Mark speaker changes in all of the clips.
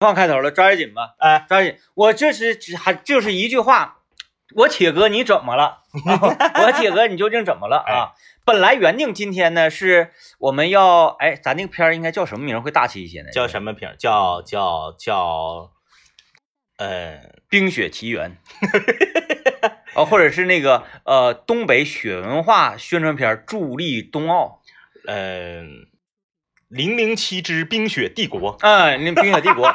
Speaker 1: 忘开头了，抓紧吧，
Speaker 2: 哎，
Speaker 1: 抓紧！我这是只还就是一句话，我铁哥你怎么了？啊我铁哥你究竟怎么了
Speaker 2: 哎
Speaker 1: 啊？本来原定今天呢是我们要哎，咱那个片儿应该叫什么名儿会大气一些呢？
Speaker 2: 叫什么瓶儿？叫叫叫，呃，
Speaker 1: 《冰雪奇缘》 啊，或者是那个呃东北雪文化宣传片儿助力冬奥，
Speaker 2: 呃，零零七之冰雪帝国，
Speaker 1: 嗯，那《冰雪帝国》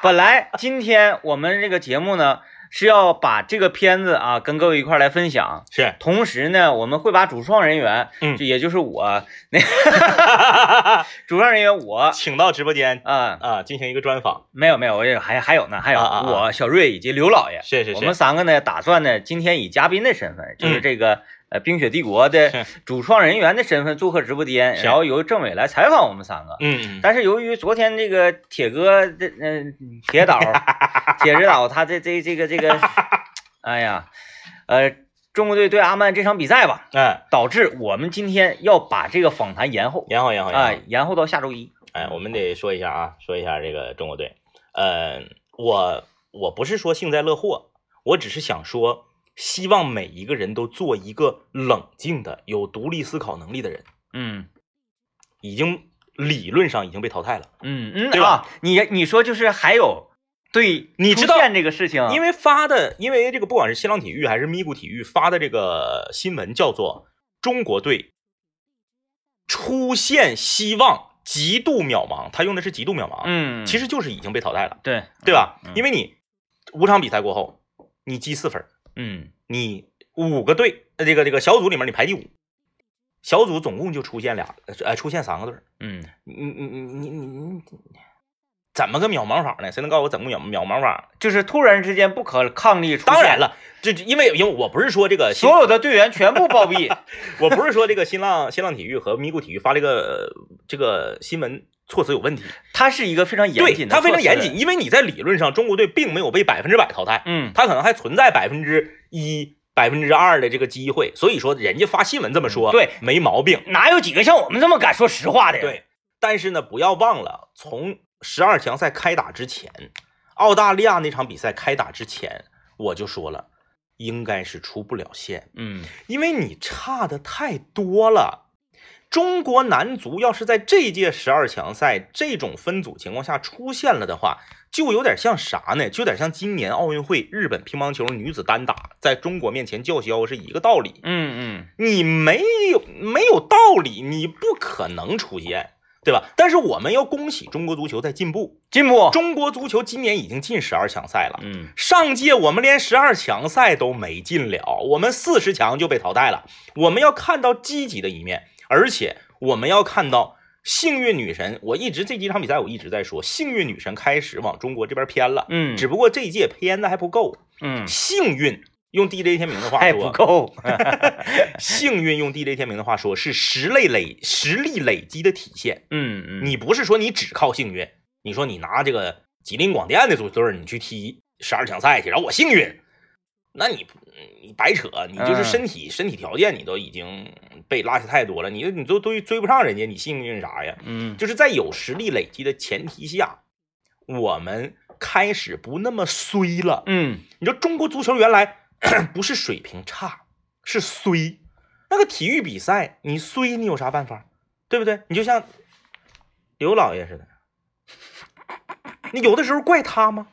Speaker 1: 本来今天我们这个节目呢是要把这个片子啊跟各位一块儿来分享，
Speaker 2: 是，
Speaker 1: 同时呢，我们会把主创人员，
Speaker 2: 嗯
Speaker 1: 就也就是我那 主创人员我啊、
Speaker 2: 请到直播间啊，进行一个专访，
Speaker 1: 没有没有，我这还还有呢，还有、
Speaker 2: 啊啊啊
Speaker 1: 我小瑞以及刘老爷，
Speaker 2: 是是
Speaker 1: 我们
Speaker 2: 是，
Speaker 1: 三个呢打算呢今天以嘉宾的身份，就是
Speaker 2: 嗯
Speaker 1: 这个、呃冰雪帝国的
Speaker 2: 是
Speaker 1: 主创人员的身份做客直播间，
Speaker 2: 是
Speaker 1: 然后由政委来采访我们三个。
Speaker 2: 嗯，
Speaker 1: 但是由于昨天这个铁哥这嗯、铁导铁指导他这这这个这 个，哎呀，呃中国队对阿曼这场比赛吧，
Speaker 2: 哎，
Speaker 1: 导致我们今天要把这个访谈延后，
Speaker 2: 然后然后然后
Speaker 1: 哎，，延后到下周一。
Speaker 2: 哎，我们得说一下啊，说一下这个中国队。呃，我我不是说幸灾乐祸，我只是想说，希望每一个人都做一个冷静的、有独立思考能力的人。
Speaker 1: 嗯
Speaker 2: 已经理论上已经被淘汰了，
Speaker 1: 嗯嗯，
Speaker 2: 对
Speaker 1: 啊
Speaker 2: 吧？
Speaker 1: 你你说就是还有对，
Speaker 2: 你知道
Speaker 1: 这个事情，
Speaker 2: 因
Speaker 1: 为
Speaker 2: 为发的，因为这个不管是新浪体育还是咪咕体育发的这个新闻叫做“中国队出现希望极度渺茫”，他用的是极度渺茫，
Speaker 1: 嗯，
Speaker 2: 其实就是已经被淘汰了，
Speaker 1: 对
Speaker 2: 对吧
Speaker 1: 嗯？
Speaker 2: 因为你五场比赛过后，你积四分儿，
Speaker 1: 嗯
Speaker 2: 你五个队，呃，这个这个小组里面你排第五，小组总共就出现俩，呃，哎出现三个队儿，
Speaker 1: 嗯
Speaker 2: 你你你你你你怎么个渺茫法呢？谁能告诉我怎么个渺渺茫法？
Speaker 1: 就是突然之间不可抗力出现，
Speaker 2: 当然，了，这这因为因为我不是说这个新，
Speaker 1: 所有的队员全部暴 毙。
Speaker 2: 我不是说这个新浪 新浪体育和咪咕体育发这个呃这个新闻措辞有问题，
Speaker 1: 他是一个非常严
Speaker 2: 对，
Speaker 1: 谨的，
Speaker 2: 它非常严谨，。因为你在理论上中国队并没有被百分之百淘汰，
Speaker 1: 嗯，
Speaker 2: 它可能还存在百分之一、百分之二的这个机会，所以说人家发新闻这么说，
Speaker 1: 嗯对，
Speaker 2: 没毛病，
Speaker 1: 哪有几个像我们这么敢说实话的呀？，
Speaker 2: 对，但是呢，不要忘了，从十二强赛开打之前，澳大利亚那场比赛开打之前，我就说了，应该是出不了线，
Speaker 1: 嗯
Speaker 2: 因为你差的太多了。中国男足要是在这届十二强赛这种分组情况下出现了的话，就有点像啥呢？就有点像今年奥运会日本乒乓球女子单打在中国面前叫嚣是一个道理。
Speaker 1: 嗯
Speaker 2: 你没有没有道理，你不可能出现，对吧？但是我们要恭喜中国足球在进
Speaker 1: 嗯，，
Speaker 2: 步
Speaker 1: 进步。
Speaker 2: 中国足球今年已经进十二强赛了。
Speaker 1: 嗯
Speaker 2: 上届我们连十二强赛都没进了，我们四十强就被淘汰了。我们要看到积极的一面，而且我们要看到幸运女神。我一直这几场比赛我一直在说，幸运女神开始往中国这边偏了，
Speaker 1: 嗯，
Speaker 2: 只不过这一届偏的还不够。
Speaker 1: 嗯
Speaker 2: 幸运，用 DJ 天明的话
Speaker 1: 还
Speaker 2: 说哎
Speaker 1: 不，够。
Speaker 2: 幸运用 DJ 天明的话说，是实力累实力累积的体现。
Speaker 1: 嗯嗯，
Speaker 2: 你不是说你只靠幸运，你说你拿这个吉林广电的足球队儿你去踢十二强赛去，然后我幸运，那你你白扯，你就是
Speaker 1: 嗯
Speaker 2: 身体、身体条件你都已经被落下太多了，你你都都追不上人家，你幸运啥呀？
Speaker 1: 嗯
Speaker 2: 就是在有实力累积的前提下，我们开始不那么衰了。
Speaker 1: 嗯。
Speaker 2: 你说中国足球原来 不是水平差，是衰。那个体育比赛，你衰你有啥办法？对不对？你就像刘老爷似的，你有的时候怪他吗？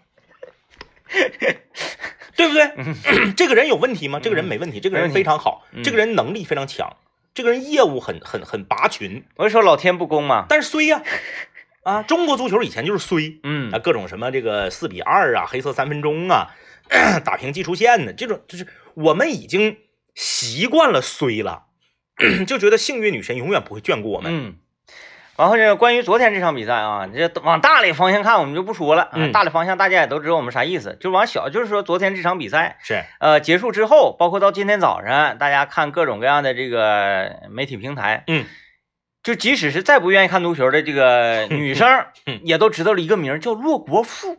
Speaker 2: 对不对？ 这个人有问题吗？这个嗯人没问题，这个人非常好，
Speaker 1: 嗯
Speaker 2: 这个人能力非常强，这个人业务很很很拔群。
Speaker 1: 我就说老天不公嘛。
Speaker 2: 但是衰呀、啊，中国足球以前就是衰，
Speaker 1: 嗯
Speaker 2: 啊，各种什么这个四比二啊，黑色三分钟啊， 打平技术线呢，这种就是我们已经习惯了衰了， 就觉得幸运女神永远不会眷顾我们。
Speaker 1: 嗯。然后呢，关于昨天这场比赛啊，你这往大的方向看，我们就不说了。啊
Speaker 2: 嗯
Speaker 1: 大的方向大家也都知道我们啥意思，就往小，就是说昨天这场比赛，
Speaker 2: 是，
Speaker 1: 呃，结束之后，包括到今天早上，大家看各种各样的这个媒体平台，
Speaker 2: 嗯，
Speaker 1: 就即使 是再不愿意看足球的这个女生
Speaker 2: 嗯，
Speaker 1: 也都知道了一个名儿叫骆国富。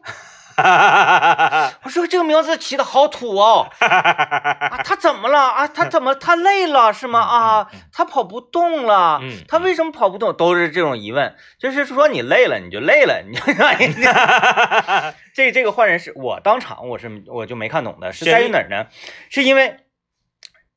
Speaker 1: 我说这个名字起的好土 哦，啊，他怎么了啊？他怎么他累了是吗？啊，他跑不动了，
Speaker 2: 嗯
Speaker 1: 他为什么跑不动？都是这种疑问，就是说你累了你就累了，你就 这这个坏人是我当场我是我就没看懂的，是在于哪儿呢？是因为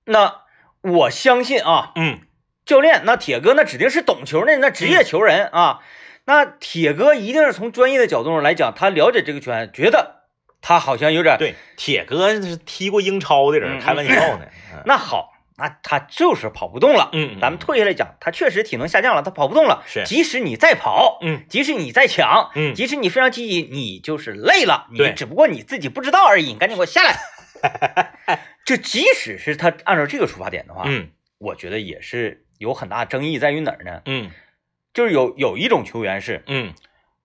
Speaker 1: 那我相信啊，
Speaker 2: 嗯
Speaker 1: 教练那铁哥那指定是懂球的，那职业球人啊，那铁哥一定是从专业的角度上来讲，他了解这个圈，觉得他好像有点
Speaker 2: 对，铁哥是踢过英超的人，
Speaker 1: 嗯
Speaker 2: 开玩笑呢。
Speaker 1: 那好，那他就是跑不动了。
Speaker 2: 嗯，嗯
Speaker 1: 咱们退下来讲，他确实体能下降了，他跑不动了。
Speaker 2: 是
Speaker 1: 即使你再跑，
Speaker 2: 嗯
Speaker 1: 即使你再抢，
Speaker 2: 嗯
Speaker 1: 即使你非常积极，你就是累了，你
Speaker 2: 对
Speaker 1: 只不过你自己不知道而已。你赶紧给我下来。 就即使是他按照这个出发点的话，
Speaker 2: 嗯
Speaker 1: 我觉得也是有很大争议，在于哪儿呢？
Speaker 2: 嗯
Speaker 1: 就是有有一种球员是
Speaker 2: 嗯，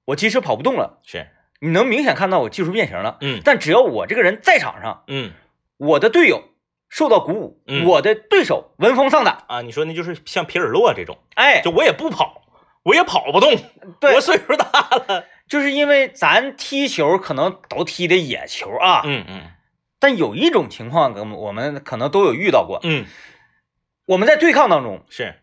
Speaker 1: 我即使跑不动了，
Speaker 2: 是
Speaker 1: 你能明显看到我技术变形了，
Speaker 2: 嗯
Speaker 1: 但只要我这个人在场上，
Speaker 2: 嗯
Speaker 1: 我的队友受到鼓舞，
Speaker 2: 嗯
Speaker 1: 我的对手闻风丧胆。
Speaker 2: 啊，你说那就是像皮尔洛这种，
Speaker 1: 哎，
Speaker 2: 就我也不跑，我也跑不动，
Speaker 1: 对
Speaker 2: 我岁数大了。
Speaker 1: 就是因为咱踢球可能都踢的野球啊，
Speaker 2: 嗯嗯
Speaker 1: 但有一种情况，我们我们可能都有遇到过。
Speaker 2: 嗯，
Speaker 1: 我们在对抗当中，
Speaker 2: 是，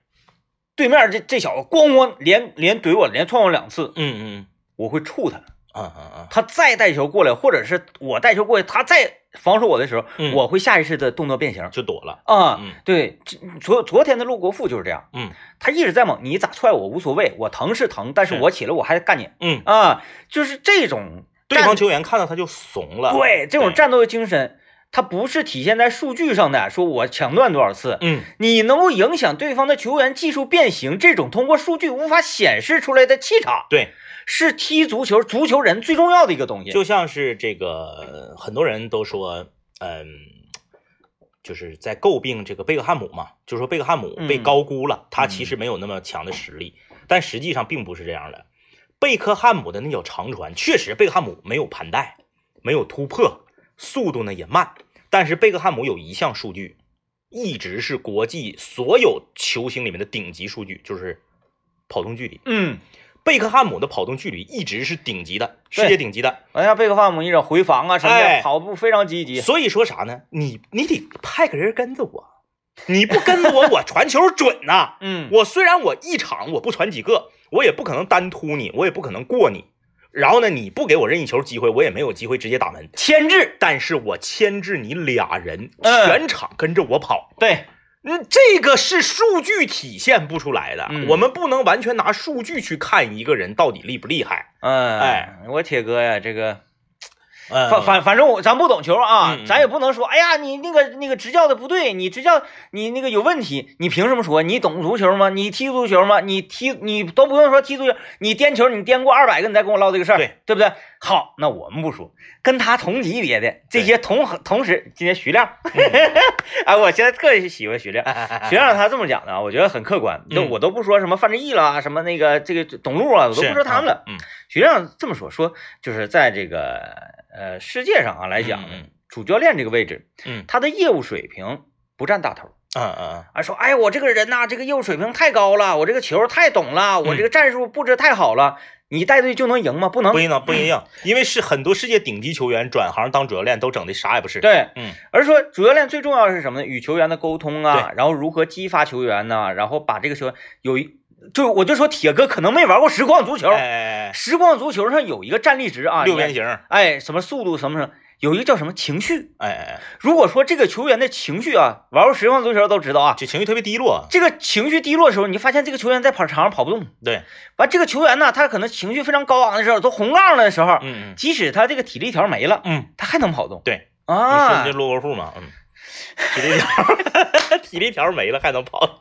Speaker 1: 对面这这小子咣咣连连怼我，连撞我两次，
Speaker 2: 嗯嗯
Speaker 1: 我会怵他。
Speaker 2: 嗯啊啊啊，
Speaker 1: 他再带球过来，或者是我带球过去，他再防守我的时候，
Speaker 2: 嗯
Speaker 1: 我会下意识的动作变形
Speaker 2: 就躲了。
Speaker 1: 啊。
Speaker 2: 嗯
Speaker 1: 对，这昨昨天的陆国富就是这样，
Speaker 2: 嗯
Speaker 1: 他一直在猛，你咋踹我无所谓，我疼是疼，但是
Speaker 2: 是
Speaker 1: 我起来我还干你
Speaker 2: 嗯，
Speaker 1: 啊，就是这种
Speaker 2: 对
Speaker 1: 战
Speaker 2: 方球员看到他就怂了。
Speaker 1: 对，这种，战斗的精神，它不是体现在数据上的，说我抢断多少次，
Speaker 2: 嗯
Speaker 1: 你能够影响对方的球员技术变形，这种通过数据无法显示出来的气场，
Speaker 2: 对，
Speaker 1: 是踢足球足球人最重要的一个东西。
Speaker 2: 就像是这个很多人都说，嗯。就是在诟病这个贝克汉姆嘛，就说贝克汉姆被
Speaker 1: 嗯
Speaker 2: 高估了，他其实没有那么强的实力，但实际上并不是这样的。贝克汉姆的那脚长传，确实贝克汉姆没有盘带，没有突破，速度呢也慢，但是贝克汉姆有一项数据，一直是国际所有球星里面的顶级数据，就是跑动距离。
Speaker 1: 嗯，
Speaker 2: 贝克汉姆的跑动距离一直是顶级的，
Speaker 1: 对
Speaker 2: 世界顶级的。
Speaker 1: 完了，贝克汉姆一整回防啊什么的，
Speaker 2: 哎
Speaker 1: 跑步非常积极。
Speaker 2: 所以说啥呢？你你得派个人跟着我，你不跟着我，我 传球准呐、
Speaker 1: 嗯，
Speaker 2: 我虽然我一场我不传几个，我也不可能单突你，我也不可能过你。然后呢，你不给我任意球机会，我也没有机会直接打门。
Speaker 1: 牵制，
Speaker 2: 但是我牵制你俩人，
Speaker 1: 嗯
Speaker 2: 全场跟着我跑。
Speaker 1: 对，
Speaker 2: 嗯，这个是数据体现不出来的，
Speaker 1: 嗯
Speaker 2: 我们不能完全拿数据去看一个人到底厉不厉害。
Speaker 1: 嗯，
Speaker 2: 哎，
Speaker 1: 我铁哥呀，这个
Speaker 2: 嗯
Speaker 1: 反反反正我咱不懂球啊，
Speaker 2: 嗯嗯
Speaker 1: 咱也不能说，哎呀，你那个那个执教的不对，你执教你那个有问题，你凭什么说？你懂足球吗？你踢足球吗？你踢你都不用说踢足球，你颠球你颠过二百个，你再跟我唠这个事儿，
Speaker 2: 对
Speaker 1: 对不对？好，那我们不说，跟他同级别的这些同行同时，今天徐亮，
Speaker 2: 嗯
Speaker 1: 哎，我现在特喜欢徐 亮。徐亮他这么讲的啊，我觉得很客观，都
Speaker 2: 嗯
Speaker 1: 我都不说什么范志毅啦，什么那个这个董路啊，我都不说他们了。。
Speaker 2: 嗯
Speaker 1: 徐亮这么说，说就是在这个呃世界上啊来讲呢，
Speaker 2: 嗯嗯
Speaker 1: 主教练这个位置，
Speaker 2: 嗯
Speaker 1: 他的业务水平不占大头
Speaker 2: 嗯嗯
Speaker 1: 啊。说，哎，我这个人呐、这个业务水平太高了，我这个球太懂了，我这个战术布置太好了，你带队就能赢吗？不
Speaker 2: 嗯，
Speaker 1: 能
Speaker 2: 不。一定不一定，因为是很多世界顶级球员转行当主教练都整的啥也不是。，
Speaker 1: 对，
Speaker 2: 嗯
Speaker 1: 而是说主教练最重要的是什么呢？与球员的沟通啊，
Speaker 2: 对
Speaker 1: 然后如何激发球员呢、然后把这个球员有一，就我就说铁哥可能没玩过实况足球，
Speaker 2: 哎，
Speaker 1: 实况足球上有一个战力值啊，
Speaker 2: 六边
Speaker 1: 你
Speaker 2: 形，哎
Speaker 1: 哎，什么速度什么什么，有一个叫什么情绪，
Speaker 2: 哎哎，
Speaker 1: 如果说这个球员的情绪啊，玩过实况足球都知道啊，
Speaker 2: 这情绪特别低落。
Speaker 1: 这个情绪低落的时候，你就发现这个球员在跑场上跑不动。
Speaker 2: 对，
Speaker 1: 完，这个球员呢，他可能情绪非常高昂的时候，都红杠了的时候，
Speaker 2: 嗯
Speaker 1: 即使他这个体力条没了，
Speaker 2: 嗯
Speaker 1: 他还能跑动。
Speaker 2: 对嗯，你说
Speaker 1: 啊
Speaker 2: 你这，罗国富嘛，嗯，体力条， 体力条没了 还能跑。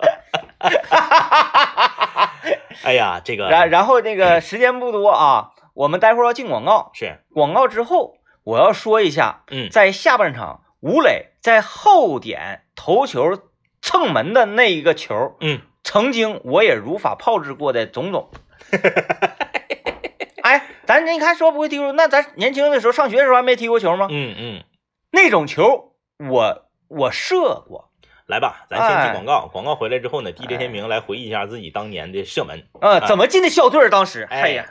Speaker 2: 哎呀，这个
Speaker 1: 然然后那个时间不多啊，我们待会儿要进广告，
Speaker 2: 是，
Speaker 1: 广告之后我要说一下，
Speaker 2: 嗯
Speaker 1: 在下半场吴磊在后点头球蹭门的那一个球，
Speaker 2: 嗯，
Speaker 1: 曾经我也如法炮制过的种种。 哎，咱你看说不会踢球，那咱年轻的时候上学的时候还没踢过球吗？
Speaker 2: 嗯嗯，
Speaker 1: 那种球我我射过，
Speaker 2: 来吧，咱先
Speaker 1: 哎
Speaker 2: 进广告，广告回来之后呢，DJ 天明来回忆一下自己当年的射门。
Speaker 1: 呃，
Speaker 2: 哎
Speaker 1: 怎么进的校队儿？当时，
Speaker 2: 哎
Speaker 1: 哎呀，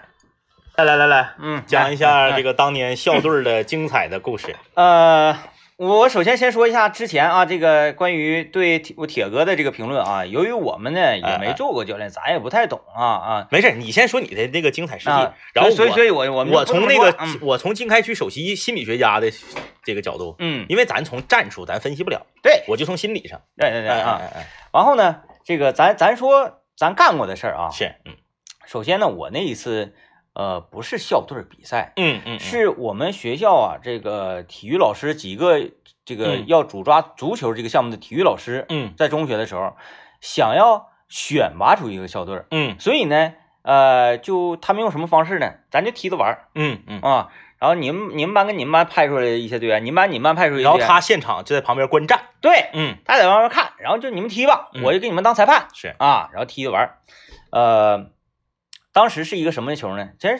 Speaker 2: 来来来来，
Speaker 1: 嗯，
Speaker 2: 讲一下这
Speaker 1: 个。
Speaker 2: 个当年校队的精彩的故事。
Speaker 1: 呃，我首先先说一下之前啊，这个关于对铁我铁哥的这个评论啊，由于我们呢也
Speaker 2: 哎
Speaker 1: 没做过教练，咱也不太懂啊啊
Speaker 2: 没事，你先说你的那个精彩事迹
Speaker 1: 啊，，
Speaker 2: 然后
Speaker 1: 所以所以所
Speaker 2: 我
Speaker 1: 以我我们就
Speaker 2: 我
Speaker 1: 不能
Speaker 2: 从那
Speaker 1: 说
Speaker 2: 个
Speaker 1: 嗯
Speaker 2: 我从经开区首席心理学家的这个角度，
Speaker 1: 嗯，
Speaker 2: 因为咱从战术咱分析不了，
Speaker 1: 对
Speaker 2: 我就从心理上。
Speaker 1: 对对对
Speaker 2: 哎
Speaker 1: 啊，
Speaker 2: 哎哎哎
Speaker 1: 然后呢，这个咱咱说咱干过的事儿啊，
Speaker 2: 是，嗯
Speaker 1: 首先呢，我那一次呃不是校队比赛，
Speaker 2: 嗯嗯，
Speaker 1: 是我们学校啊，这个体育老师几个这个
Speaker 2: 嗯
Speaker 1: 要主抓足球这个项目的体育老师，
Speaker 2: 嗯
Speaker 1: 在中学的时候想要选拔出一个校队儿，
Speaker 2: 嗯
Speaker 1: 所以呢，呃，就他们用什么方式呢？咱就踢着玩儿
Speaker 2: 嗯嗯，
Speaker 1: 啊。然后你们你们班跟你们班派出来一些队员，你们班你们班派出来一些
Speaker 2: 然
Speaker 1: 队员，
Speaker 2: 后他现场就在旁边观战，
Speaker 1: 对，
Speaker 2: 嗯
Speaker 1: 他在外面看，然后就你们踢吧，
Speaker 2: 嗯
Speaker 1: 我就给你们当裁判
Speaker 2: 是，
Speaker 1: 啊，然后踢着玩儿。呃，当时是一个什么的球呢？其实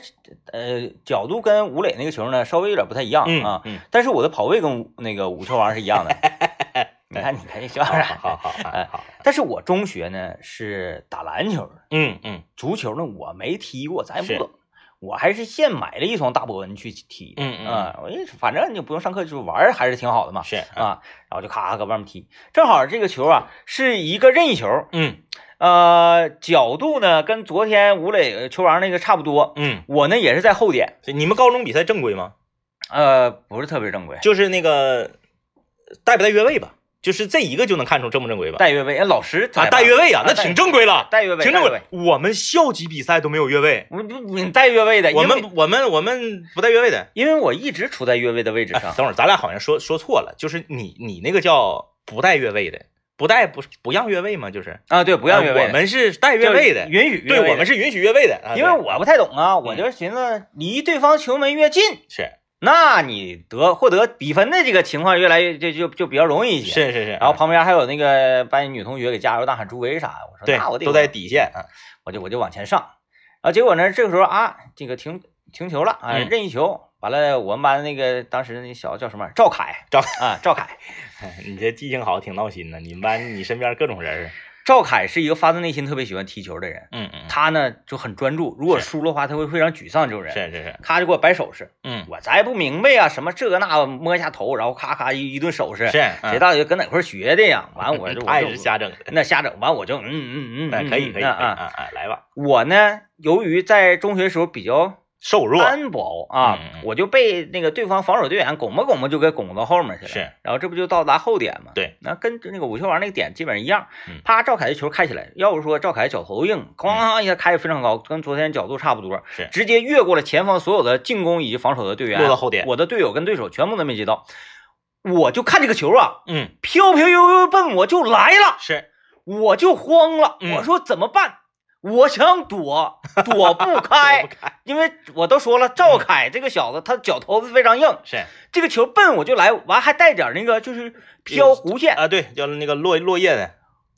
Speaker 1: 呃角度跟吴磊那个球呢稍微有点不太一样
Speaker 2: 嗯
Speaker 1: 啊，
Speaker 2: 嗯，
Speaker 1: 但是我的跑位跟那个武臭王是一样 的。你看，你看这笑
Speaker 2: 好
Speaker 1: 啥？
Speaker 2: 嗯好好好好，
Speaker 1: 但是我中学呢是打篮球的，
Speaker 2: 嗯嗯
Speaker 1: 足球呢我没踢过，咱也
Speaker 2: 是
Speaker 1: 不懂。我还是现买了一双大波纹去踢的。
Speaker 2: 嗯嗯
Speaker 1: 啊，我一反正你不用上课，就玩儿还是挺好的嘛。
Speaker 2: 是，
Speaker 1: 啊，然后就咔咔搁外面踢，正好这个球啊是一个任意球，
Speaker 2: 嗯
Speaker 1: 呃，角度呢跟昨天吴磊呃球王那个差不多。
Speaker 2: 嗯，
Speaker 1: 我呢也是在后点，
Speaker 2: 所以你们高中比赛正规吗？
Speaker 1: 呃，不是特别正规，
Speaker 2: 就是那个带不带越位吧？就是这一个就能看出正不正规吧？
Speaker 1: 带越位，哎老师
Speaker 2: 啊，带越位啊，那挺正规了，
Speaker 1: 带越位，
Speaker 2: 挺
Speaker 1: 带
Speaker 2: 正
Speaker 1: 越
Speaker 2: 规
Speaker 1: 位。。
Speaker 2: 我们校级比赛都没有越位，
Speaker 1: 我就你带越位的，
Speaker 2: 我
Speaker 1: 哎因为
Speaker 2: 们我们我们不带越位的。
Speaker 1: 因为我一直处在越位的位置
Speaker 2: 哎
Speaker 1: 上，
Speaker 2: 等会儿咱俩好像说说错了，就是你你那个叫不带越位的，不带不不让越位吗？就是
Speaker 1: 啊，对，不
Speaker 2: 不
Speaker 1: 让越位
Speaker 2: 我
Speaker 1: 的，
Speaker 2: 们是带越
Speaker 1: 就是
Speaker 2: 位的，
Speaker 1: 允许越位
Speaker 2: 对，我们
Speaker 1: 的，
Speaker 2: 是允许越位的，啊
Speaker 1: 因为
Speaker 2: 对嗯
Speaker 1: 我不太懂啊，我就寻思离对方球门越近，
Speaker 2: 是
Speaker 1: 那你得获得比分的这个情况越来越就就就比较容易一些。
Speaker 2: 是是是，
Speaker 1: 然后旁边还有那个班女同学给加油大喊助威啥，我说
Speaker 2: 对
Speaker 1: 那我得
Speaker 2: 都在底线啊，
Speaker 1: 我就我就往前上，然后结果呢，这个时候啊，这个停停球了啊，
Speaker 2: 嗯
Speaker 1: 任意球。完了，我们班那个当时那小子叫什么？赵凯，
Speaker 2: 赵
Speaker 1: 啊，赵凯，
Speaker 2: 哎你这记性好，挺闹心的。你们班你身边各种人儿，
Speaker 1: 赵凯是一个发自内心特别喜欢踢球的人，
Speaker 2: 嗯嗯，
Speaker 1: 他呢就很专注，如果
Speaker 2: 是
Speaker 1: 输了的话，他会非常沮丧。这种人，
Speaker 2: 是是是，
Speaker 1: 咔就给我摆手势，
Speaker 2: 嗯
Speaker 1: 我咱也不明白呀，什么这个那个摸一下头，然后咔咔一一顿手势，
Speaker 2: 是，
Speaker 1: 谁
Speaker 2: 嗯
Speaker 1: 到底跟哪块儿学的呀？完 我就
Speaker 2: 他
Speaker 1: 我
Speaker 2: 也是
Speaker 1: 就
Speaker 2: 瞎整的，
Speaker 1: 那瞎整，完我就嗯嗯嗯
Speaker 2: 哎
Speaker 1: 嗯，
Speaker 2: 可以可以，
Speaker 1: 嗯
Speaker 2: 啊
Speaker 1: 啊，
Speaker 2: 啊啊，来吧，
Speaker 1: 我呢由于在中学的时候比较
Speaker 2: 瘦弱
Speaker 1: 单薄啊
Speaker 2: 嗯嗯嗯，
Speaker 1: 我就被那个对方防守队员拱吧拱吧就给拱到后面去了。
Speaker 2: 是，
Speaker 1: 然后这不就到达后点嘛？
Speaker 2: 对，
Speaker 1: 那跟那个武球王那个点基本上一样
Speaker 2: 嗯。
Speaker 1: 啪，赵凯的球开起来，要不说赵凯脚头硬，哐一下开得非常高，跟昨天角度差不多，
Speaker 2: 嗯是
Speaker 1: 直接越过了前方所有的进攻以及防守的队员，
Speaker 2: 落到后点
Speaker 1: 我的队友跟对手全部都没接到，我就看这个球啊，
Speaker 2: 嗯
Speaker 1: 飘飘悠悠奔我就来了，
Speaker 2: 是，
Speaker 1: 我就慌了，
Speaker 2: 嗯
Speaker 1: 我说怎么办？我想躲， 躲不开嗯
Speaker 2: 躲不。开
Speaker 1: 因为我都说了，赵凯这个小子他脚头子非常硬，
Speaker 2: 是
Speaker 1: 这个球奔我就来，完还带点那个就是飘弧线，
Speaker 2: 啊，对，叫那个落落叶的，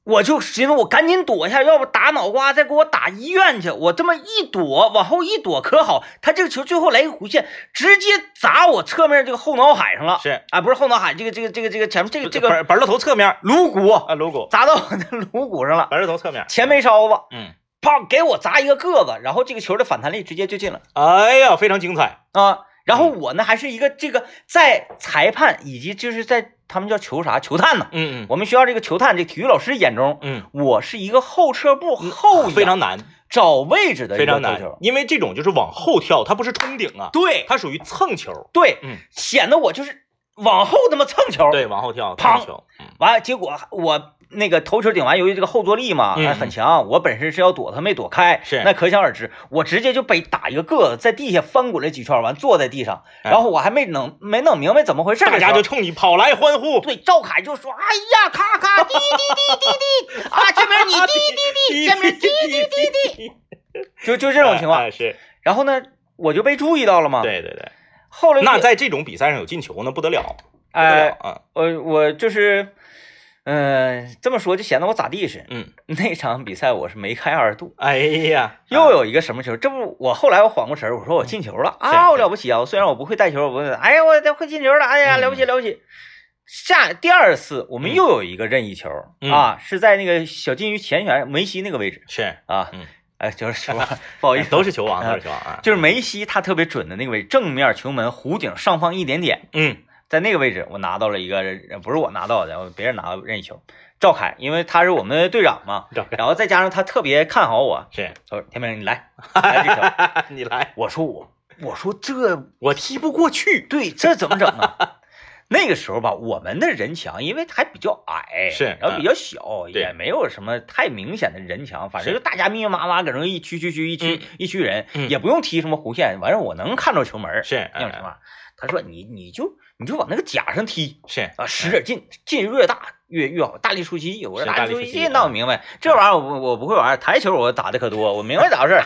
Speaker 1: 我就寻思我赶紧躲一下，要不打脑瓜再给我打医院去。我这么一躲，往后一躲可好，他这个球最后来一个弧线，直接砸我侧面这个后脑海上了，
Speaker 2: 是
Speaker 1: 啊，不是后脑海，这个这个这个这个前面这个这个
Speaker 2: 板板豆头侧面
Speaker 1: 颅骨
Speaker 2: 啊，颅骨，
Speaker 1: 砸到我的颅骨上了，
Speaker 2: 板豆头侧面，
Speaker 1: 前眉梢子，
Speaker 2: 嗯，
Speaker 1: 砰给我砸一个个子，然后这个球的反弹力直接就进了。
Speaker 2: 哎呀，非常精彩，
Speaker 1: 啊，然
Speaker 2: 嗯
Speaker 1: 后我呢还是一个这个在裁判以及就是在他们叫球啥球探呢，
Speaker 2: 嗯嗯
Speaker 1: 我们学校这个球探这体育老师眼中，
Speaker 2: 嗯，
Speaker 1: 我是一个后撤步后
Speaker 2: 非
Speaker 1: 仰
Speaker 2: 常难，
Speaker 1: 找位置的一
Speaker 2: 非
Speaker 1: 个
Speaker 2: 常
Speaker 1: 投
Speaker 2: 难
Speaker 1: 球，，
Speaker 2: 因为这种就是往后跳，它不是冲顶啊，
Speaker 1: 对
Speaker 2: 它属于蹭球，
Speaker 1: 对，
Speaker 2: 嗯
Speaker 1: 显得我就是往后那么蹭球，，
Speaker 2: 对，往后跳，
Speaker 1: 砰
Speaker 2: 蹭球，嗯
Speaker 1: 完了结果我。那个头球顶完，由于这个后坐力嘛，
Speaker 2: 嗯
Speaker 1: 哎很强。我本身是要躲他，没躲开，
Speaker 2: 是
Speaker 1: 那可想而知。我直接就被打一个个子，在地下翻滚了几圈，完坐在地上，
Speaker 2: 哎
Speaker 1: 然后我还没弄没弄明白怎么回事儿
Speaker 2: 大
Speaker 1: 的时候，
Speaker 2: 家就冲你跑来欢呼，
Speaker 1: 对，赵凯就说：“哎呀，咔咔滴滴滴 滴滴啊，这边你滴滴滴，这边滴，
Speaker 2: 滴滴滴，
Speaker 1: 就就这种情
Speaker 2: 哎
Speaker 1: 况。啊
Speaker 2: 哎是，
Speaker 1: 然后呢，我就被注意到了嘛。，
Speaker 2: 对对对。
Speaker 1: 后来
Speaker 2: 那
Speaker 1: 在
Speaker 2: 在这种比赛上有进球，那不得了，不得了
Speaker 1: 哎，
Speaker 2: 啊！
Speaker 1: 我我就是，嗯，这么说就显得我咋地似的。
Speaker 2: 嗯，
Speaker 1: 那场比赛我是没开二度，
Speaker 2: 哎呀，
Speaker 1: 又有一个什么球，这不我后来我缓过神儿，我说我进球了啊，
Speaker 2: 是
Speaker 1: 我了不起啊！我虽然我不会带球，我不会，哎呀，我这会进球了，哎呀，
Speaker 2: 嗯
Speaker 1: 了不起了不起。下第二次我们又有一个任意球
Speaker 2: 嗯
Speaker 1: 啊，是在那个小金鱼前缘梅西那个位置。
Speaker 2: 是
Speaker 1: 啊，
Speaker 2: 嗯
Speaker 1: 哎，就是球王，不好意思，
Speaker 2: 都是球王，
Speaker 1: 啊
Speaker 2: 都是球王啊。
Speaker 1: 就是梅西他特别准的那个位置，正面球门弧顶上方一点点，
Speaker 2: 嗯
Speaker 1: 在那个位置我拿到了一个，呃不是我拿到的，别人拿到任意球。赵凯，因为他是我们队长嘛，
Speaker 2: 赵凯
Speaker 1: 然后再加上他特别看好我，
Speaker 2: 是，
Speaker 1: 他说天明你来，来这球，
Speaker 2: 你来，
Speaker 1: 我说我我说这
Speaker 2: 我踢不过去。
Speaker 1: 对这怎么整啊？ 那个时候吧，我们的人墙因为还比较矮，
Speaker 2: 是嗯
Speaker 1: 然后比较小，
Speaker 2: 对
Speaker 1: 也没有什么太明显的人墙，反正
Speaker 2: 是
Speaker 1: 就大家密密麻麻搁那一区区区一区
Speaker 2: 嗯
Speaker 1: 一区人，
Speaker 2: 嗯
Speaker 1: 也不用踢什么弧线，完事儿我能看着球门儿，
Speaker 2: 是嗯
Speaker 1: 那种情况。他说你你就你就往那个甲上踢
Speaker 2: 呃是，
Speaker 1: 啊，使点劲，劲越大越越好，大力出击。有个
Speaker 2: 哎是
Speaker 1: 人
Speaker 2: 大
Speaker 1: 大
Speaker 2: 力
Speaker 1: 力
Speaker 2: 出
Speaker 1: 出
Speaker 2: 击啊
Speaker 1: 击，那我明白，这玩意儿我我不会玩儿，台球我打的可多，我明白咋回事 儿。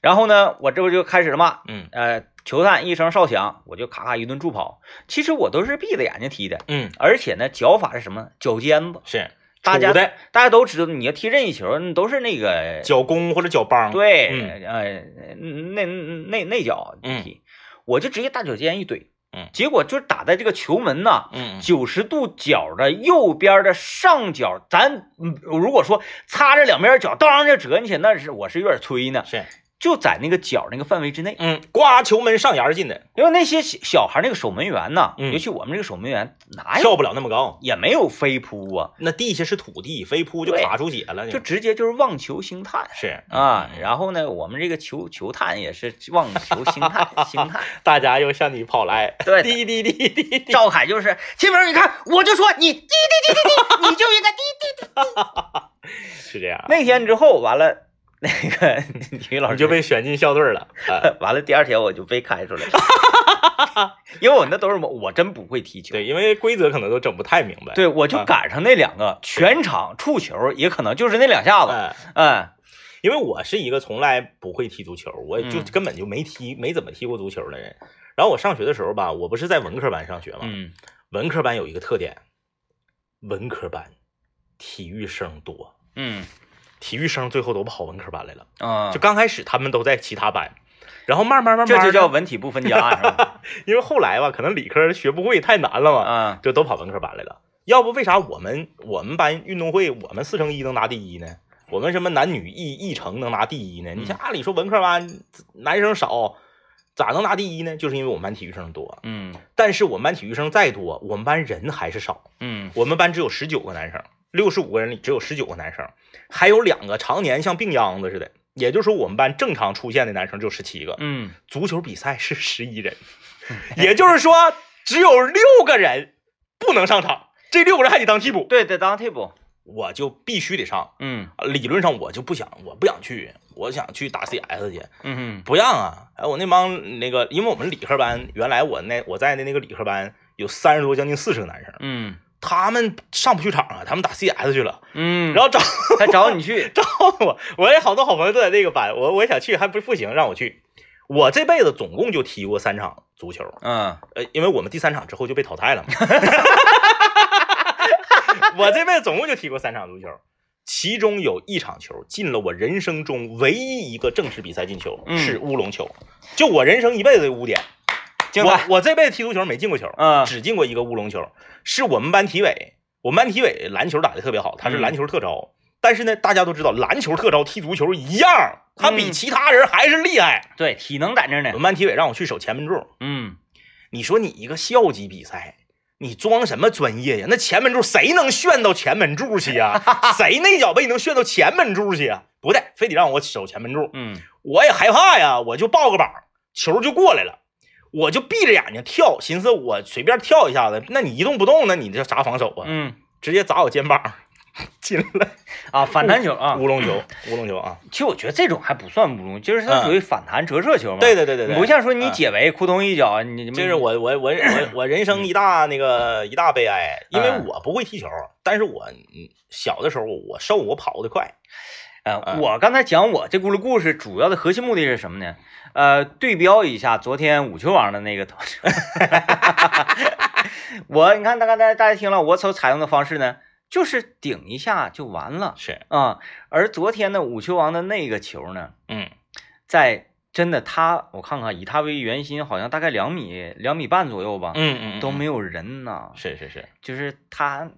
Speaker 1: 然后呢，我这不就开始了吗？
Speaker 2: 嗯
Speaker 1: 呃，球探一声哨响，我就咔咔一顿助跑。其实我都是闭着眼睛踢的，
Speaker 2: 嗯，
Speaker 1: 而且呢，脚法是什么？脚尖子。
Speaker 2: 是，
Speaker 1: 大家
Speaker 2: 杵的
Speaker 1: 大家都知道，你要踢任意球，你都是那个
Speaker 2: 脚弓或者脚帮，，
Speaker 1: 对，
Speaker 2: 嗯
Speaker 1: 呃，那那那脚
Speaker 2: 嗯
Speaker 1: 踢，我就直接大脚尖一怼，
Speaker 2: 嗯
Speaker 1: 结果就打在这个球门呐。
Speaker 2: 嗯，嗯
Speaker 1: 九十度角的右边的上角，咱嗯如果说擦着两边脚，当就折进去，那是我是有点吹呢，
Speaker 2: 是，
Speaker 1: 就在那个角那个范围之内。
Speaker 2: 嗯，刮球门上沿儿进的，
Speaker 1: 因为那些小小孩那个守门员呐，
Speaker 2: 嗯
Speaker 1: 尤其我们这个守门员，哪有
Speaker 2: 跳不了那么高。
Speaker 1: 也没有飞扑啊，
Speaker 2: 那地下是土地，飞扑就
Speaker 1: 对
Speaker 2: 卡出血了，
Speaker 1: 就直接就是望球兴叹
Speaker 2: 是
Speaker 1: 啊。
Speaker 2: 嗯
Speaker 1: 然后呢，我们这个球球探也是望球兴 叹兴叹。
Speaker 2: 大家又向你跑 来，
Speaker 1: 对
Speaker 2: 滴滴滴滴滴，
Speaker 1: 赵凯就是秦明，你看，我就说你滴滴滴滴滴，你就应该滴滴。。
Speaker 2: 是这样
Speaker 1: 那天之后完了，那 个女老师
Speaker 2: 你就被选进校队了，啊
Speaker 1: 完了，第二天我就被开出来了，因为我那都是我我真不会踢球。
Speaker 2: 对，因啊为规则可能都整不太明白。，
Speaker 1: 对，我就赶上那两个全场触球，也可能就是那两下子，
Speaker 2: 嗯，
Speaker 1: 嗯，
Speaker 2: 因为我是一个从来不会踢足球，我也就
Speaker 1: 嗯
Speaker 2: 根本就没踢，没怎么踢过足球的人。然后我上学的时候吧，我不是在文科班上学嘛，
Speaker 1: 嗯，
Speaker 2: 文科班有一个特点，文科班体育生多，
Speaker 1: 嗯
Speaker 2: 体育生最后都跑文科班来了。
Speaker 1: 啊，
Speaker 2: 就刚开始他们都在其他班，然后慢慢慢慢
Speaker 1: 这
Speaker 2: 的，
Speaker 1: 就叫文体不分家是吧？
Speaker 2: 因为后来吧，可能理科学不会太难了嘛，
Speaker 1: 啊，
Speaker 2: 就都跑文科班来了。要不为啥我们我们班运动会我们四乘一能拿第一呢？我们什么男女一一乘能拿第一呢？
Speaker 1: 嗯
Speaker 2: 你像按理说文科班男生少，咋能拿第一呢？就是因为我们班体育生多。
Speaker 1: 嗯
Speaker 2: 但是我们班体育生再多，我们班人还是少。
Speaker 1: 嗯
Speaker 2: 我们班只有十九个男生，六十五个人里只有十九个男生，还有两个常年像病秧子似的。也就是说，我们班正常出现的男生只有十七个。
Speaker 1: 嗯，
Speaker 2: 足球比赛是十一人，也就是说只有六个人不能上场，这六个人还得当替补，
Speaker 1: 对，得当替补，
Speaker 2: 我就必须得上。
Speaker 1: 嗯
Speaker 2: 理论上我就不想，我不想去，我想去打 CS 去，
Speaker 1: 嗯
Speaker 2: 不让啊！哎，我那帮那个，因为我们理科班，原来我那我在的那个理科班有三十多，将近四十个男生，
Speaker 1: 嗯
Speaker 2: 他们上不去场啊，他们打 CS 去了，
Speaker 1: 嗯，
Speaker 2: 然后找
Speaker 1: 后他找你去，
Speaker 2: 找我，我也好多好朋友都在那个班，我我也想去，还不不行，让我去。我这辈子总共就踢过三场足球，
Speaker 1: 嗯
Speaker 2: 呃，因为我们第三场之后就被淘汰了嘛。 我这辈子总共就踢过三场足球，其中有一场球进了我人生中唯一一个正式比赛进球，
Speaker 1: 嗯
Speaker 2: 是乌龙球，就我人生一辈子的污点。
Speaker 1: 精
Speaker 2: 我
Speaker 1: 彩
Speaker 2: 我这辈子踢足球没进过球，
Speaker 1: 嗯
Speaker 2: 只进过一个乌龙球，是我们班体委，我们班体委篮球打得特别好，他是
Speaker 1: 嗯
Speaker 2: 篮球特招。但是呢，大家都知道篮球特招踢足球一样，他比
Speaker 1: 嗯
Speaker 2: 其他人还是厉害。
Speaker 1: 对，体能在这儿
Speaker 2: 我
Speaker 1: 呢，
Speaker 2: 们班体委让我去守前门柱，
Speaker 1: 嗯，
Speaker 2: 你说你一个校级比赛，你装什么专业呀？那前门柱谁能炫到前门柱去呀、 谁那脚背能炫到前门柱去呀、不对，非得让我守前门柱，
Speaker 1: 嗯
Speaker 2: 我也害怕呀，我就抱个膀，球就过来了。我就闭着眼睛跳，寻思我随便跳一下子，那你一动不动呢，你这啥防守啊？
Speaker 1: 嗯
Speaker 2: 直接砸我肩膀， 进了
Speaker 1: 啊，反弹球啊，
Speaker 2: 乌龙球，乌龙球啊！
Speaker 1: 其实我觉得这种还不算乌龙，就是它属于反弹折射球嘛，
Speaker 2: 嗯对对对对对，
Speaker 1: 不像啊说你解围扑通一脚，你
Speaker 2: 这是我我我我我人生一大那个一大悲哀，因为
Speaker 1: 嗯
Speaker 2: 我不会踢球，但是我嗯小的时候我瘦，我跑得快，
Speaker 1: 呃，
Speaker 2: 嗯
Speaker 1: 我刚才讲我这轱辘故事主要的核心目的是什么呢？呃，对标一下昨天五球王的那个同事， 我你看大家大家大家听了我所采用的方式呢，就是顶一下就完了
Speaker 2: 是，
Speaker 1: 啊、而昨天呢，五球王的那个球呢，
Speaker 2: 嗯
Speaker 1: 在真的他我看看以他为圆心，好像大概两米两米半左右吧，
Speaker 2: 嗯嗯
Speaker 1: 都没
Speaker 2: 有，
Speaker 1: 有人呐，
Speaker 2: 是是是，
Speaker 1: 就是他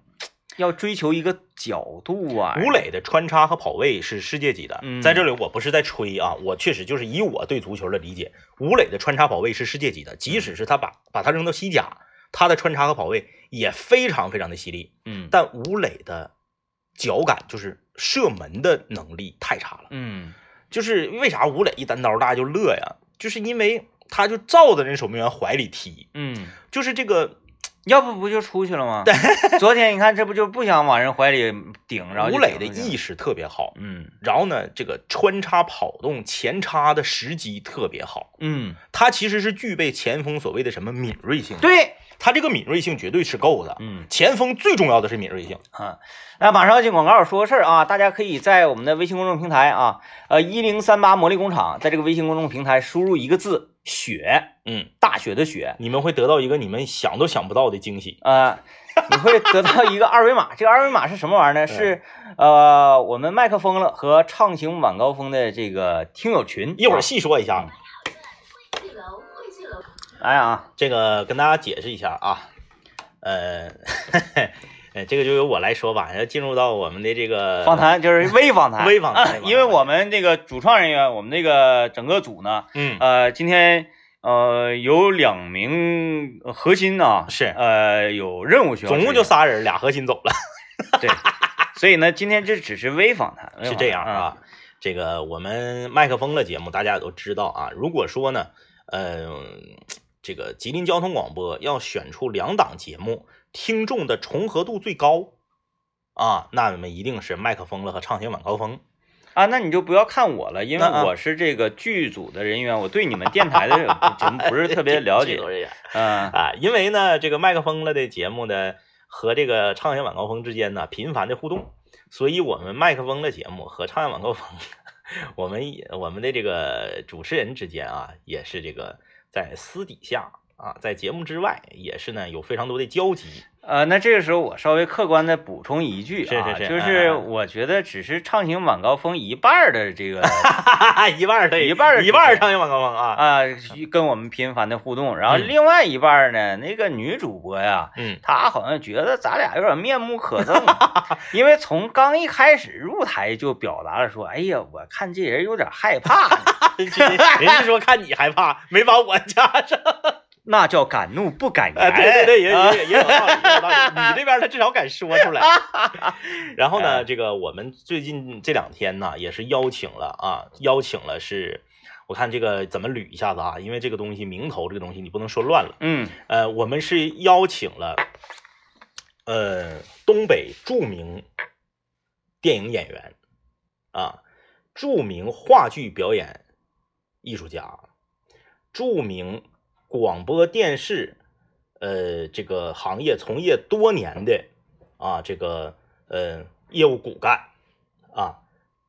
Speaker 1: 要追求一个角度啊。
Speaker 2: 吴磊的穿插和跑位是世界级的，
Speaker 1: 嗯
Speaker 2: 在这里我不是在吹啊，我确实就是以我对足球的理解，吴磊的穿插跑位是世界级的，即使是他把把他扔到西甲，他的穿插和跑位也非常非常的犀利，
Speaker 1: 嗯
Speaker 2: 但吴磊的脚感就是射门的能力太差了，
Speaker 1: 嗯
Speaker 2: 就是为啥吴磊一单刀大家就乐呀，就是因为他就照着那守门员怀里踢，
Speaker 1: 嗯，
Speaker 2: 就是这个
Speaker 1: 要不不就出去了吗？ 昨天你看，这不就不想往人怀里顶，然后就
Speaker 2: 吴磊的
Speaker 1: 顶出去了
Speaker 2: 意，识特别好，
Speaker 1: 嗯
Speaker 2: 然后呢，这个穿插跑动、前插的时机特别好，
Speaker 1: 嗯，
Speaker 2: 他其实是具备前锋所谓的什么敏锐性，，
Speaker 1: 对，
Speaker 2: 他这个敏锐性绝对是够的。
Speaker 1: 嗯。
Speaker 2: 前锋最重要的是敏锐性，
Speaker 1: 啊，那马上要进广告，说个事儿啊，大家可以在我们的微信公众平台啊，呃，一零三八魔力工厂，在这个微信公众平台输入一个字“雪
Speaker 2: 嗯”，，
Speaker 1: 大雪的雪，
Speaker 2: 你们会得到一个你们想都想不到的惊喜。
Speaker 1: 呃，你会得到一个二维码，这个二维码是什么玩意儿 呢？是呃，我们麦克风了和畅行晚高峰的这个听友群，
Speaker 2: 一会儿
Speaker 1: 啊
Speaker 2: 细说一下，
Speaker 1: 来啊，
Speaker 2: 这个跟大家解释一下啊，呃， 呃，这个就由我来说吧，要进入到我们的这个
Speaker 1: 访，谈就是微访谈，
Speaker 2: 呃微访谈
Speaker 1: 啊
Speaker 2: 微访谈
Speaker 1: 因为我们这个主创人员，我们这个整个组呢，
Speaker 2: 嗯，
Speaker 1: 呃，今天呃有两名呃核心啊，
Speaker 2: 是
Speaker 1: 呃有任务需要执
Speaker 2: 总
Speaker 1: 行，
Speaker 2: 共就仨人，俩核心走了，
Speaker 1: 对，所以呢，今天这只是微访谈，微
Speaker 2: 是
Speaker 1: 访
Speaker 2: 这样
Speaker 1: 谈
Speaker 2: 啊，。这个我们麦克风的节目大家也都知道啊，如果说呢，呃，这个吉林交通广播要选出两档节目听众的重合度最高啊，那我们一定是麦克风了和畅行晚高峰。
Speaker 1: 啊，那你就不要看我了，因为
Speaker 2: 那啊
Speaker 1: 我是这个剧组的人员，我对你们电台的节目不是特别 了解，嗯
Speaker 2: 啊，因为呢，这个麦克风了的节目呢和这个畅想晚高峰之间呢频繁的互动，所以我们麦克风的节目和畅想晚高峰， 我们也我们的这个主持人之间啊，也是这个在私底下啊，在节目之外也是呢有非常多的交集。
Speaker 1: 呃，那这个时候我稍微客观的补充一句啊，
Speaker 2: 是是是
Speaker 1: 就是
Speaker 2: 嗯嗯嗯
Speaker 1: 我觉得只是畅行晚高峰一半儿的这个
Speaker 2: 一半儿对
Speaker 1: 一半儿
Speaker 2: 一半
Speaker 1: 主
Speaker 2: 儿
Speaker 1: 持
Speaker 2: 畅想晚高峰啊，
Speaker 1: 啊跟我们频繁的互动，然后
Speaker 2: 嗯
Speaker 1: 另外一半儿呢，那个女主播呀，
Speaker 2: 嗯，
Speaker 1: 她好像觉得咱俩有点面目可憎，啊因为从刚一开始入台就表达了说，哎呀，我看这人有点害怕，
Speaker 2: 人家说看你害怕，没把我加上。
Speaker 1: 那叫敢怒不敢言。
Speaker 2: 啊，对对对，也
Speaker 1: 啊
Speaker 2: 也也有道理，也有道理。你这边他至少敢 说出来。然后
Speaker 1: 哎
Speaker 2: 呢，这个我们最近这两天呢，也是邀请了啊，邀请了是，我看这个怎么捋一下子啊，因为这个东西名头这个东西你不能说乱了。
Speaker 1: 嗯
Speaker 2: 呃，我们是邀请了，呃，东北著名电影演员啊，著名话剧表演艺术家，著名广播电视呃这个行业从业多年的啊这个呃业务骨干啊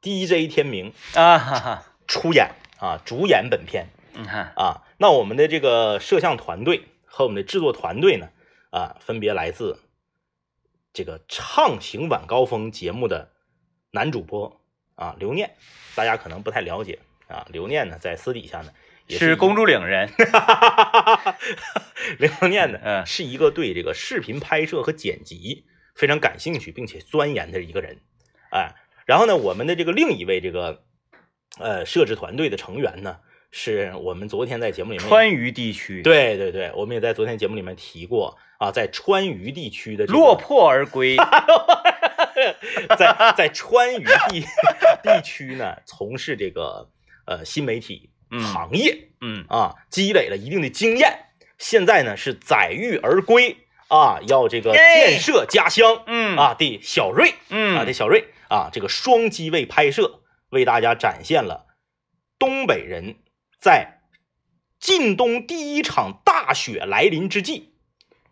Speaker 2: DJ 天明
Speaker 1: 啊，哈哈，
Speaker 2: 出演啊主演本片。
Speaker 1: 你看，
Speaker 2: 啊，那我们的这个摄像团队和我们的制作团队呢，啊，分别来自这个《畅行晚高峰》节目的男主播啊刘念，大家可能不太了解啊，刘念呢在私底下呢也
Speaker 1: 是
Speaker 2: 是
Speaker 1: 公主岭人，
Speaker 2: 刘念呢，
Speaker 1: 嗯
Speaker 2: 是一个对这个视频拍摄和剪辑非常感兴趣并且钻研的一个人，哎，然后呢，我们的这个另一位这个呃摄制团队的成员呢，是我们昨天在节目里面也
Speaker 1: 川渝地区，，
Speaker 2: 对对对，我们也在昨天节目里面提过啊，在川渝地区的这个
Speaker 1: 落魄而 归。
Speaker 2: 在在川渝地地区呢，从事这个呃新媒体
Speaker 1: 嗯
Speaker 2: 行业、
Speaker 1: 嗯，
Speaker 2: 啊，积累了一定的经验，现在呢是载誉而归啊，要这个
Speaker 1: 耶
Speaker 2: 建设家乡、
Speaker 1: 嗯
Speaker 2: 啊的小瑞啊
Speaker 1: 嗯
Speaker 2: 的小瑞啊，这个双机位拍摄为大家展现了东北人在晋东第一场大雪来临之际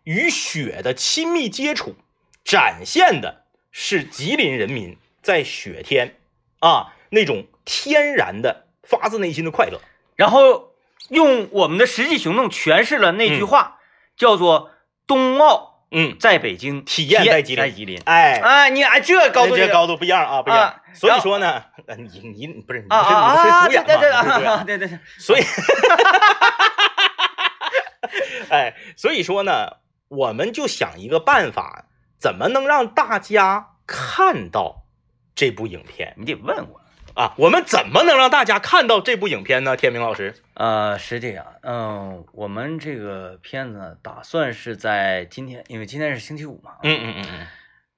Speaker 2: 与雪的亲密接触，展现的是吉林人民在雪天啊那种天然的发自内心的快乐。
Speaker 1: 然后用我们的实际行动诠释了那句话，叫做“冬奥
Speaker 2: 嗯，
Speaker 1: 在北京，
Speaker 2: 体验在
Speaker 1: 在
Speaker 2: 吉林
Speaker 1: 在吉林
Speaker 2: 哎。
Speaker 1: 哎，你哎，这高度
Speaker 2: 这高度不一样啊，不一样。
Speaker 1: 啊
Speaker 2: 所
Speaker 1: 然
Speaker 2: 以
Speaker 1: 后
Speaker 2: 说呢， 呃你你你不是你
Speaker 1: 啊
Speaker 2: 不是
Speaker 1: 啊
Speaker 2: 你不
Speaker 1: 啊！
Speaker 2: 是主
Speaker 1: 对
Speaker 2: 演
Speaker 1: 对
Speaker 2: 嘛？
Speaker 1: 对
Speaker 2: 你不是主演
Speaker 1: 啊
Speaker 2: 嘛
Speaker 1: 对对对，
Speaker 2: 所以，哎，所以说呢，我们就想一个办法，怎么能让大家看到这部影片
Speaker 1: 你得问我。
Speaker 2: 啊？我们怎么能让大家看到这部影片呢？天明老师，
Speaker 1: 呃，是这样，嗯，我们这个片子呢打算是在今天，因为今天是星期五嘛，，
Speaker 2: 嗯嗯嗯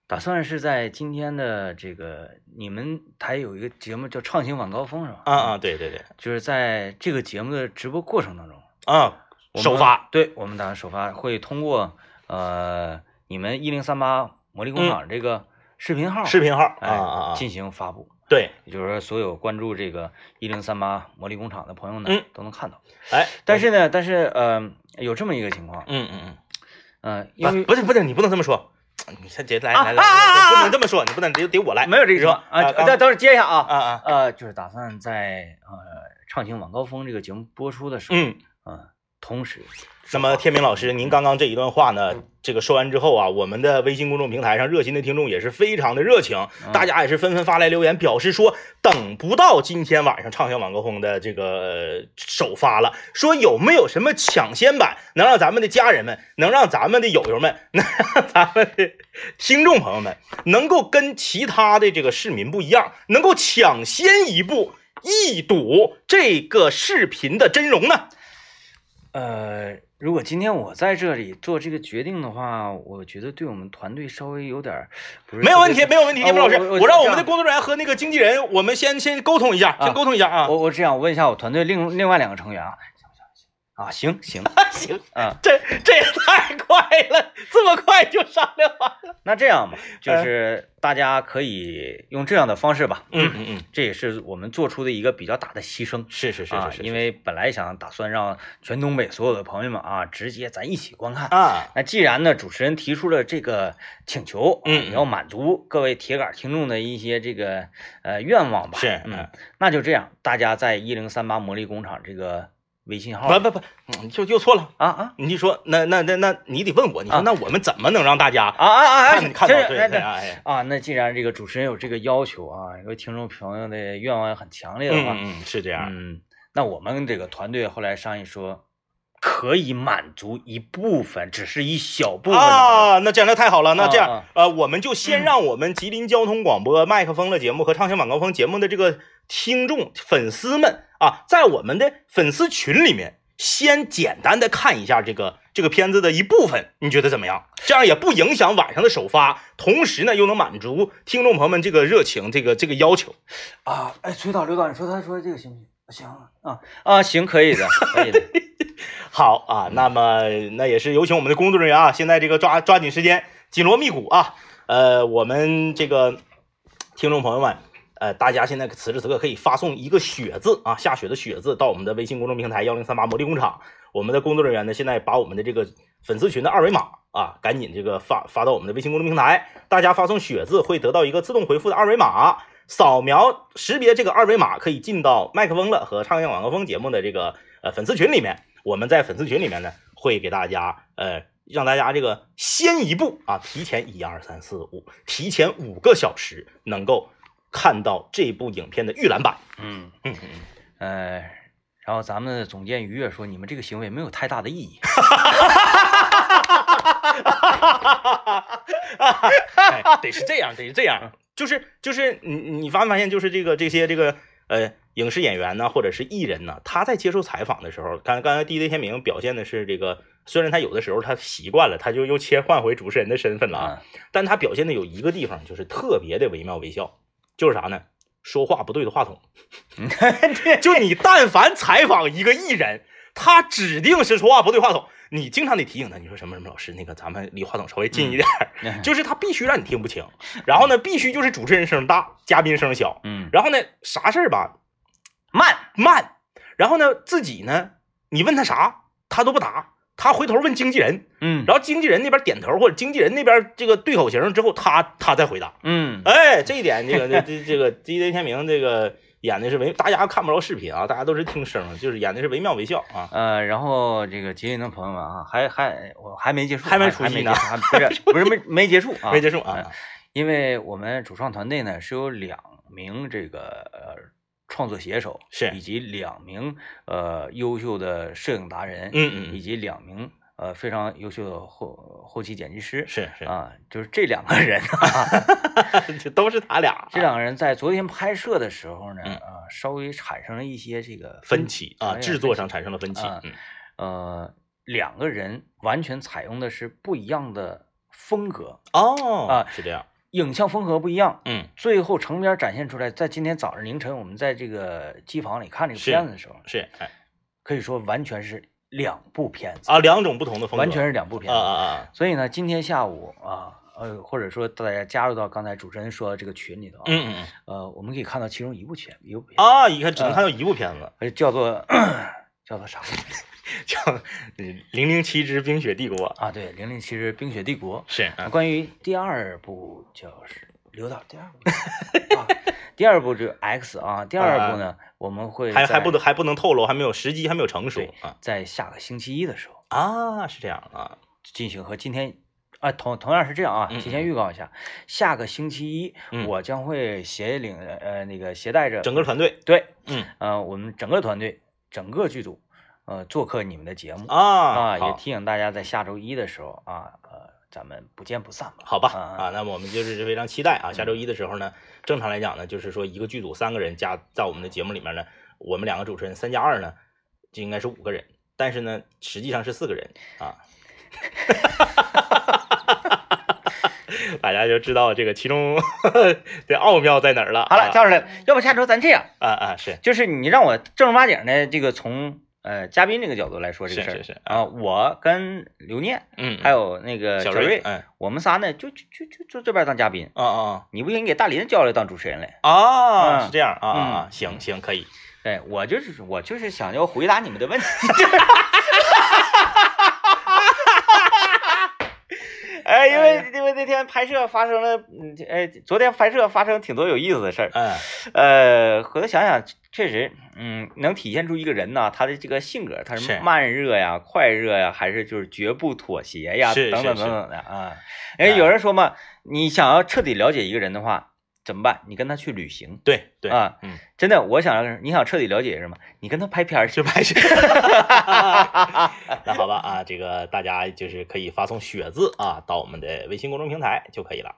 Speaker 1: 打算是在今天的这个你们台有一个节目叫《畅行晚高峰》是吧？
Speaker 2: 嗯，啊啊，对对对，
Speaker 1: 就是在这个节目的直播过程当中，
Speaker 2: 啊，
Speaker 1: 我们
Speaker 2: 首发，
Speaker 1: 对我们打算首发会通过呃你们一零三八魔力工厂这个视频号，
Speaker 2: 嗯视频号啊
Speaker 1: 哎
Speaker 2: 啊啊，
Speaker 1: 进行发布，
Speaker 2: 对，
Speaker 1: 也就是说所有关注这个一零三八魔力工厂的朋友呢，
Speaker 2: 嗯
Speaker 1: 都能看到。
Speaker 2: 哎，
Speaker 1: 但是呢，但是呃有这么一个情况，
Speaker 2: 嗯嗯嗯，
Speaker 1: 嗯、呃，因
Speaker 2: 不
Speaker 1: 为
Speaker 2: 不是不是，你不能这么说，你先别来
Speaker 1: 啊
Speaker 2: 来来
Speaker 1: 啊啊啊
Speaker 2: 来，不能这么说，你不能得得我来，
Speaker 1: 没有这个
Speaker 2: 你
Speaker 1: 情
Speaker 2: 说
Speaker 1: 况啊，
Speaker 2: 啊
Speaker 1: 等等会儿接一下啊，
Speaker 2: 啊啊，
Speaker 1: 呃，就是打算在呃《畅行晚高峰》这个节目播出的时候，
Speaker 2: 嗯。
Speaker 1: 呃，同时
Speaker 2: 那么，天明老师，您刚刚这一段话呢，这个说完之后啊，我们的微信公众平台上热心的听众也是非常的热情，大家也是纷纷发来留言，表示说等不到今天晚上畅销晚高峰的这个呃首发了，说有没有什么抢先版能让咱们的家人们，能让咱们的友友们，能让咱们的听众朋友们，能够跟其他的这个市民不一样，能够抢先一步一睹这个视频的真容呢？
Speaker 1: 呃，如果今天我在这里做这个决定的话，我觉得对我们团队稍微有点儿不是
Speaker 2: 没有
Speaker 1: 特
Speaker 2: 问
Speaker 1: 别
Speaker 2: 题，没有问题，
Speaker 1: 啊
Speaker 2: 叶明老师，
Speaker 1: 我我
Speaker 2: 我
Speaker 1: 我
Speaker 2: 让我
Speaker 1: 这样
Speaker 2: 们的工作人员和那个经纪人，我们先先沟通一下，先
Speaker 1: 啊
Speaker 2: 沟通一下啊。
Speaker 1: 我我这样，我问一下我团队另另外两个成员啊，行不行？啊，行行，
Speaker 2: 行，
Speaker 1: 嗯，
Speaker 2: 这这也太快了，这么快就商量完了。
Speaker 1: 那这样吧，就
Speaker 2: 呃
Speaker 1: 是大家可以用这样的方式吧，
Speaker 2: 嗯嗯嗯，
Speaker 1: 这也是我们做出的一个比较大的牺牲。
Speaker 2: 是是是
Speaker 1: 啊
Speaker 2: 是，是，
Speaker 1: 因为本来想打算让全东北所有的朋友们啊，直接咱一起观看。
Speaker 2: 啊，
Speaker 1: 那既然呢，主持人提出了这个请求，啊
Speaker 2: 嗯
Speaker 1: 也要满足各位铁杆听众的一些这个呃愿望吧。
Speaker 2: 是
Speaker 1: 嗯
Speaker 2: 嗯，
Speaker 1: 那就这样，大家在一零三八魔力工厂这个微信号
Speaker 2: 不不不，嗯就就错了。
Speaker 1: 啊啊
Speaker 2: 你就说那那那那，你得问我，你说
Speaker 1: 啊
Speaker 2: 那我们怎么能让大家
Speaker 1: 啊啊啊！
Speaker 2: 看看到
Speaker 1: 这
Speaker 2: 对
Speaker 1: 哎对
Speaker 2: 对哎，
Speaker 1: 啊，那既然这个主持人有这个要求啊，有听众朋友的愿望很强烈的话，
Speaker 2: 嗯嗯是这样，
Speaker 1: 嗯，那我们这个团队后来商议说，可以满足一部分，只是一小部分的朋友。
Speaker 2: 啊，那这样那太好了，那这样、
Speaker 1: 啊啊
Speaker 2: 呃，我们就先让我们吉林交通广播麦克风的节目和畅想晚高峰节目的这个听众粉丝们啊，在我们的粉丝群里面先简单的看一下这个这个片子的一部分，你觉得怎么样？这样也不影响晚上的首发，同时呢又能满足听众朋友们这个热情，这个这个要求。
Speaker 1: 啊，哎，崔导、刘导，你说他说这个行不行？行啊啊，行，可以的，可 以的。
Speaker 2: 好啊，那么那也是有请我们的工作人员啊，现在这个抓抓紧时间，紧锣密鼓啊。呃，我们这个听众朋友们，呃，大家现在此时此刻可以发送一个“雪”字啊，下雪的“雪”字到我们的微信公众平台幺零三八魔力工厂。我们的工作人员呢，现在把我们的这个粉丝群的二维码啊，赶紧这个发发到我们的微信公众平台，大家发送“雪”字会得到一个自动回复的二维码。扫描识别这个二维码，可以进到麦克风了和唱响晚高峰节目的这个呃粉丝群里面。我们在粉丝群里面呢，会给大家呃让大家这个先一步啊，提前一二三四五，提前五个小时能够看到这部影片的预览版。
Speaker 1: 嗯
Speaker 2: 嗯嗯嗯
Speaker 1: 呃，然后咱们的总监于越说，你们这个行为没有太大的意义。
Speaker 2: 哎，得是这样，得是这样，就是就是你你发没发现，就是这个这些这个呃影视演员呢，或者是艺人呢，他在接受采访的时候，刚刚才 DJ 天明表现的是这个，虽然他有的时候他习惯了，他就又切换回主持人的身
Speaker 1: 嗯
Speaker 2: 份了啊，但他表现的有一个地方就是特别的惟妙惟肖，就是啥呢？说话不对的话筒，就你但凡采访一个艺人，他指定是说话不对话筒，你经常得提醒他，你说什么什么老师，那个咱们离话筒稍微近一点儿，
Speaker 1: 嗯
Speaker 2: 就是他必须让你听不清，然后呢，必须就是主持人声大，嘉宾声小，
Speaker 1: 嗯，
Speaker 2: 然后呢，啥事儿吧
Speaker 1: 慢，
Speaker 2: 慢，然后呢自己呢，你问他啥他都不答，他回头问经纪人，
Speaker 1: 嗯，
Speaker 2: 然后经纪人那边点头或者经纪人那边这个对口型之后，他他再回答。
Speaker 1: 嗯，
Speaker 2: 哎，这一点这个这这这个 DJ 天明这个演的是惟，大家看不着视频啊，大家都是听声，就是演的是惟妙惟肖啊。
Speaker 1: 呃，然后这个吉林的朋友们啊，还还我还没结束，
Speaker 2: 还没
Speaker 1: 没
Speaker 2: 出戏呢
Speaker 1: 还没结束还啊不是不是 没没结束啊，
Speaker 2: 没结束
Speaker 1: 哎
Speaker 2: 啊，
Speaker 1: 因为我们主创团队呢是有两名这个呃创作写手，
Speaker 2: 是
Speaker 1: 以及两名呃优秀的摄影达人，
Speaker 2: 嗯嗯
Speaker 1: 以及两名呃非常优秀的后后期剪辑师
Speaker 2: 是是，
Speaker 1: 啊，就是这两个人啊，
Speaker 2: 这都是他俩
Speaker 1: 这两个人在昨天拍摄的时候呢，
Speaker 2: 嗯
Speaker 1: 啊，稍微产生了一些这个
Speaker 2: 分歧
Speaker 1: 有
Speaker 2: 啊，
Speaker 1: 点
Speaker 2: 制
Speaker 1: 分
Speaker 2: 作
Speaker 1: 歧
Speaker 2: 上产生了分歧。
Speaker 1: 啊
Speaker 2: 嗯，
Speaker 1: 呃，两个人完全采用的是不一样的风格，
Speaker 2: 哦
Speaker 1: 啊
Speaker 2: 是这样。
Speaker 1: 影像风格不一样，
Speaker 2: 嗯，
Speaker 1: 最后成片展现出来，在今天早上凌晨我们在这个机房里看这个
Speaker 2: 是
Speaker 1: 片子的时候，
Speaker 2: 是哎
Speaker 1: 可以说完全是两部片子，
Speaker 2: 啊，两种不同的风格，
Speaker 1: 完全是两部片
Speaker 2: 啊
Speaker 1: 子。
Speaker 2: 啊啊，
Speaker 1: 所以呢，今天下午啊，呃，或者说大家加入到刚才主持人说的这个群里头啊，
Speaker 2: 嗯嗯嗯
Speaker 1: 呃，我们可以看到其中一部片，一部片，
Speaker 2: 啊，一看只能看到一部片子，
Speaker 1: 呃叫做 叫做啥
Speaker 2: 叫《零零七之冰雪帝国》
Speaker 1: 啊？对，《零零七之冰雪帝国》
Speaker 2: 是啊，
Speaker 1: 关于第二部叫是刘导，第二部啊，第二部就 X 啊，第二部呢，我们会
Speaker 2: 还还
Speaker 1: 在
Speaker 2: 不能还不能透露，还没有时机，还没有成熟
Speaker 1: 对
Speaker 2: 啊
Speaker 1: 在下个星期一的时候
Speaker 2: 啊，是这样啊，
Speaker 1: 进行和今天。啊，同同样是这样啊，
Speaker 2: 嗯
Speaker 1: 提前预告一下，下个星期一、
Speaker 2: 嗯
Speaker 1: 我将会携领呃那个携带着
Speaker 2: 整个团队，
Speaker 1: 对
Speaker 2: 嗯
Speaker 1: 呃我们整个团队整个剧组呃做客你们的节目
Speaker 2: 啊
Speaker 1: 也
Speaker 2: 好
Speaker 1: 提醒大家在下周一的时候啊呃咱们不见不散吧。
Speaker 2: 好吧
Speaker 1: 啊嗯
Speaker 2: 啊，那么我们就是非常期待啊，下周一的时候呢，正常来讲呢，就是说一个剧组三个人加在我们的节目里面呢，我们两个主持人三加二呢，就应该是五个人，但是呢，实际上是四个人 啊。大家就知道这个其中 的奥妙在哪儿了啊。
Speaker 1: 好了，跳出来了。要不下周咱这样，
Speaker 2: 啊啊是
Speaker 1: 就是你让我正儿八经的这个从呃嘉宾这个角度来说这个
Speaker 2: 是
Speaker 1: 事儿，
Speaker 2: 是是
Speaker 1: 啊，我跟刘念
Speaker 2: 嗯，
Speaker 1: 还有那个
Speaker 2: 小
Speaker 1: 瑞，哦
Speaker 2: 瑞嗯
Speaker 1: 我们仨呢就就就就就这边当嘉宾，
Speaker 2: 啊啊
Speaker 1: 你不行你给大林叫来当主持人来。
Speaker 2: 啊
Speaker 1: 嗯
Speaker 2: 是这样啊啊啊
Speaker 1: 嗯
Speaker 2: 行行可以
Speaker 1: 对我就是我就是想要回答你们的问题。 哎，因为因为那天拍摄发生了，嗯，哎，昨天拍摄发生挺多有意思的事儿。
Speaker 2: 嗯
Speaker 1: 呃，回头想想，确实，嗯，能体现出一个人呐、他的这个性格，他
Speaker 2: 是
Speaker 1: 是慢热呀、快热呀，还是就是绝不妥协呀，
Speaker 2: 是
Speaker 1: 等等
Speaker 2: 是
Speaker 1: 等
Speaker 2: 是
Speaker 1: 等的啊。哎，有人说嘛，你想要彻底了解一个人的话，怎么办？你跟他去旅行。
Speaker 2: 对对
Speaker 1: 啊
Speaker 2: 嗯
Speaker 1: 真的，我想要你想彻底了解什么？你跟他拍片儿去
Speaker 2: 就拍摄。 那好吧啊，这个大家就是可以发送“雪”字啊到我们的微信公众平台就可以了。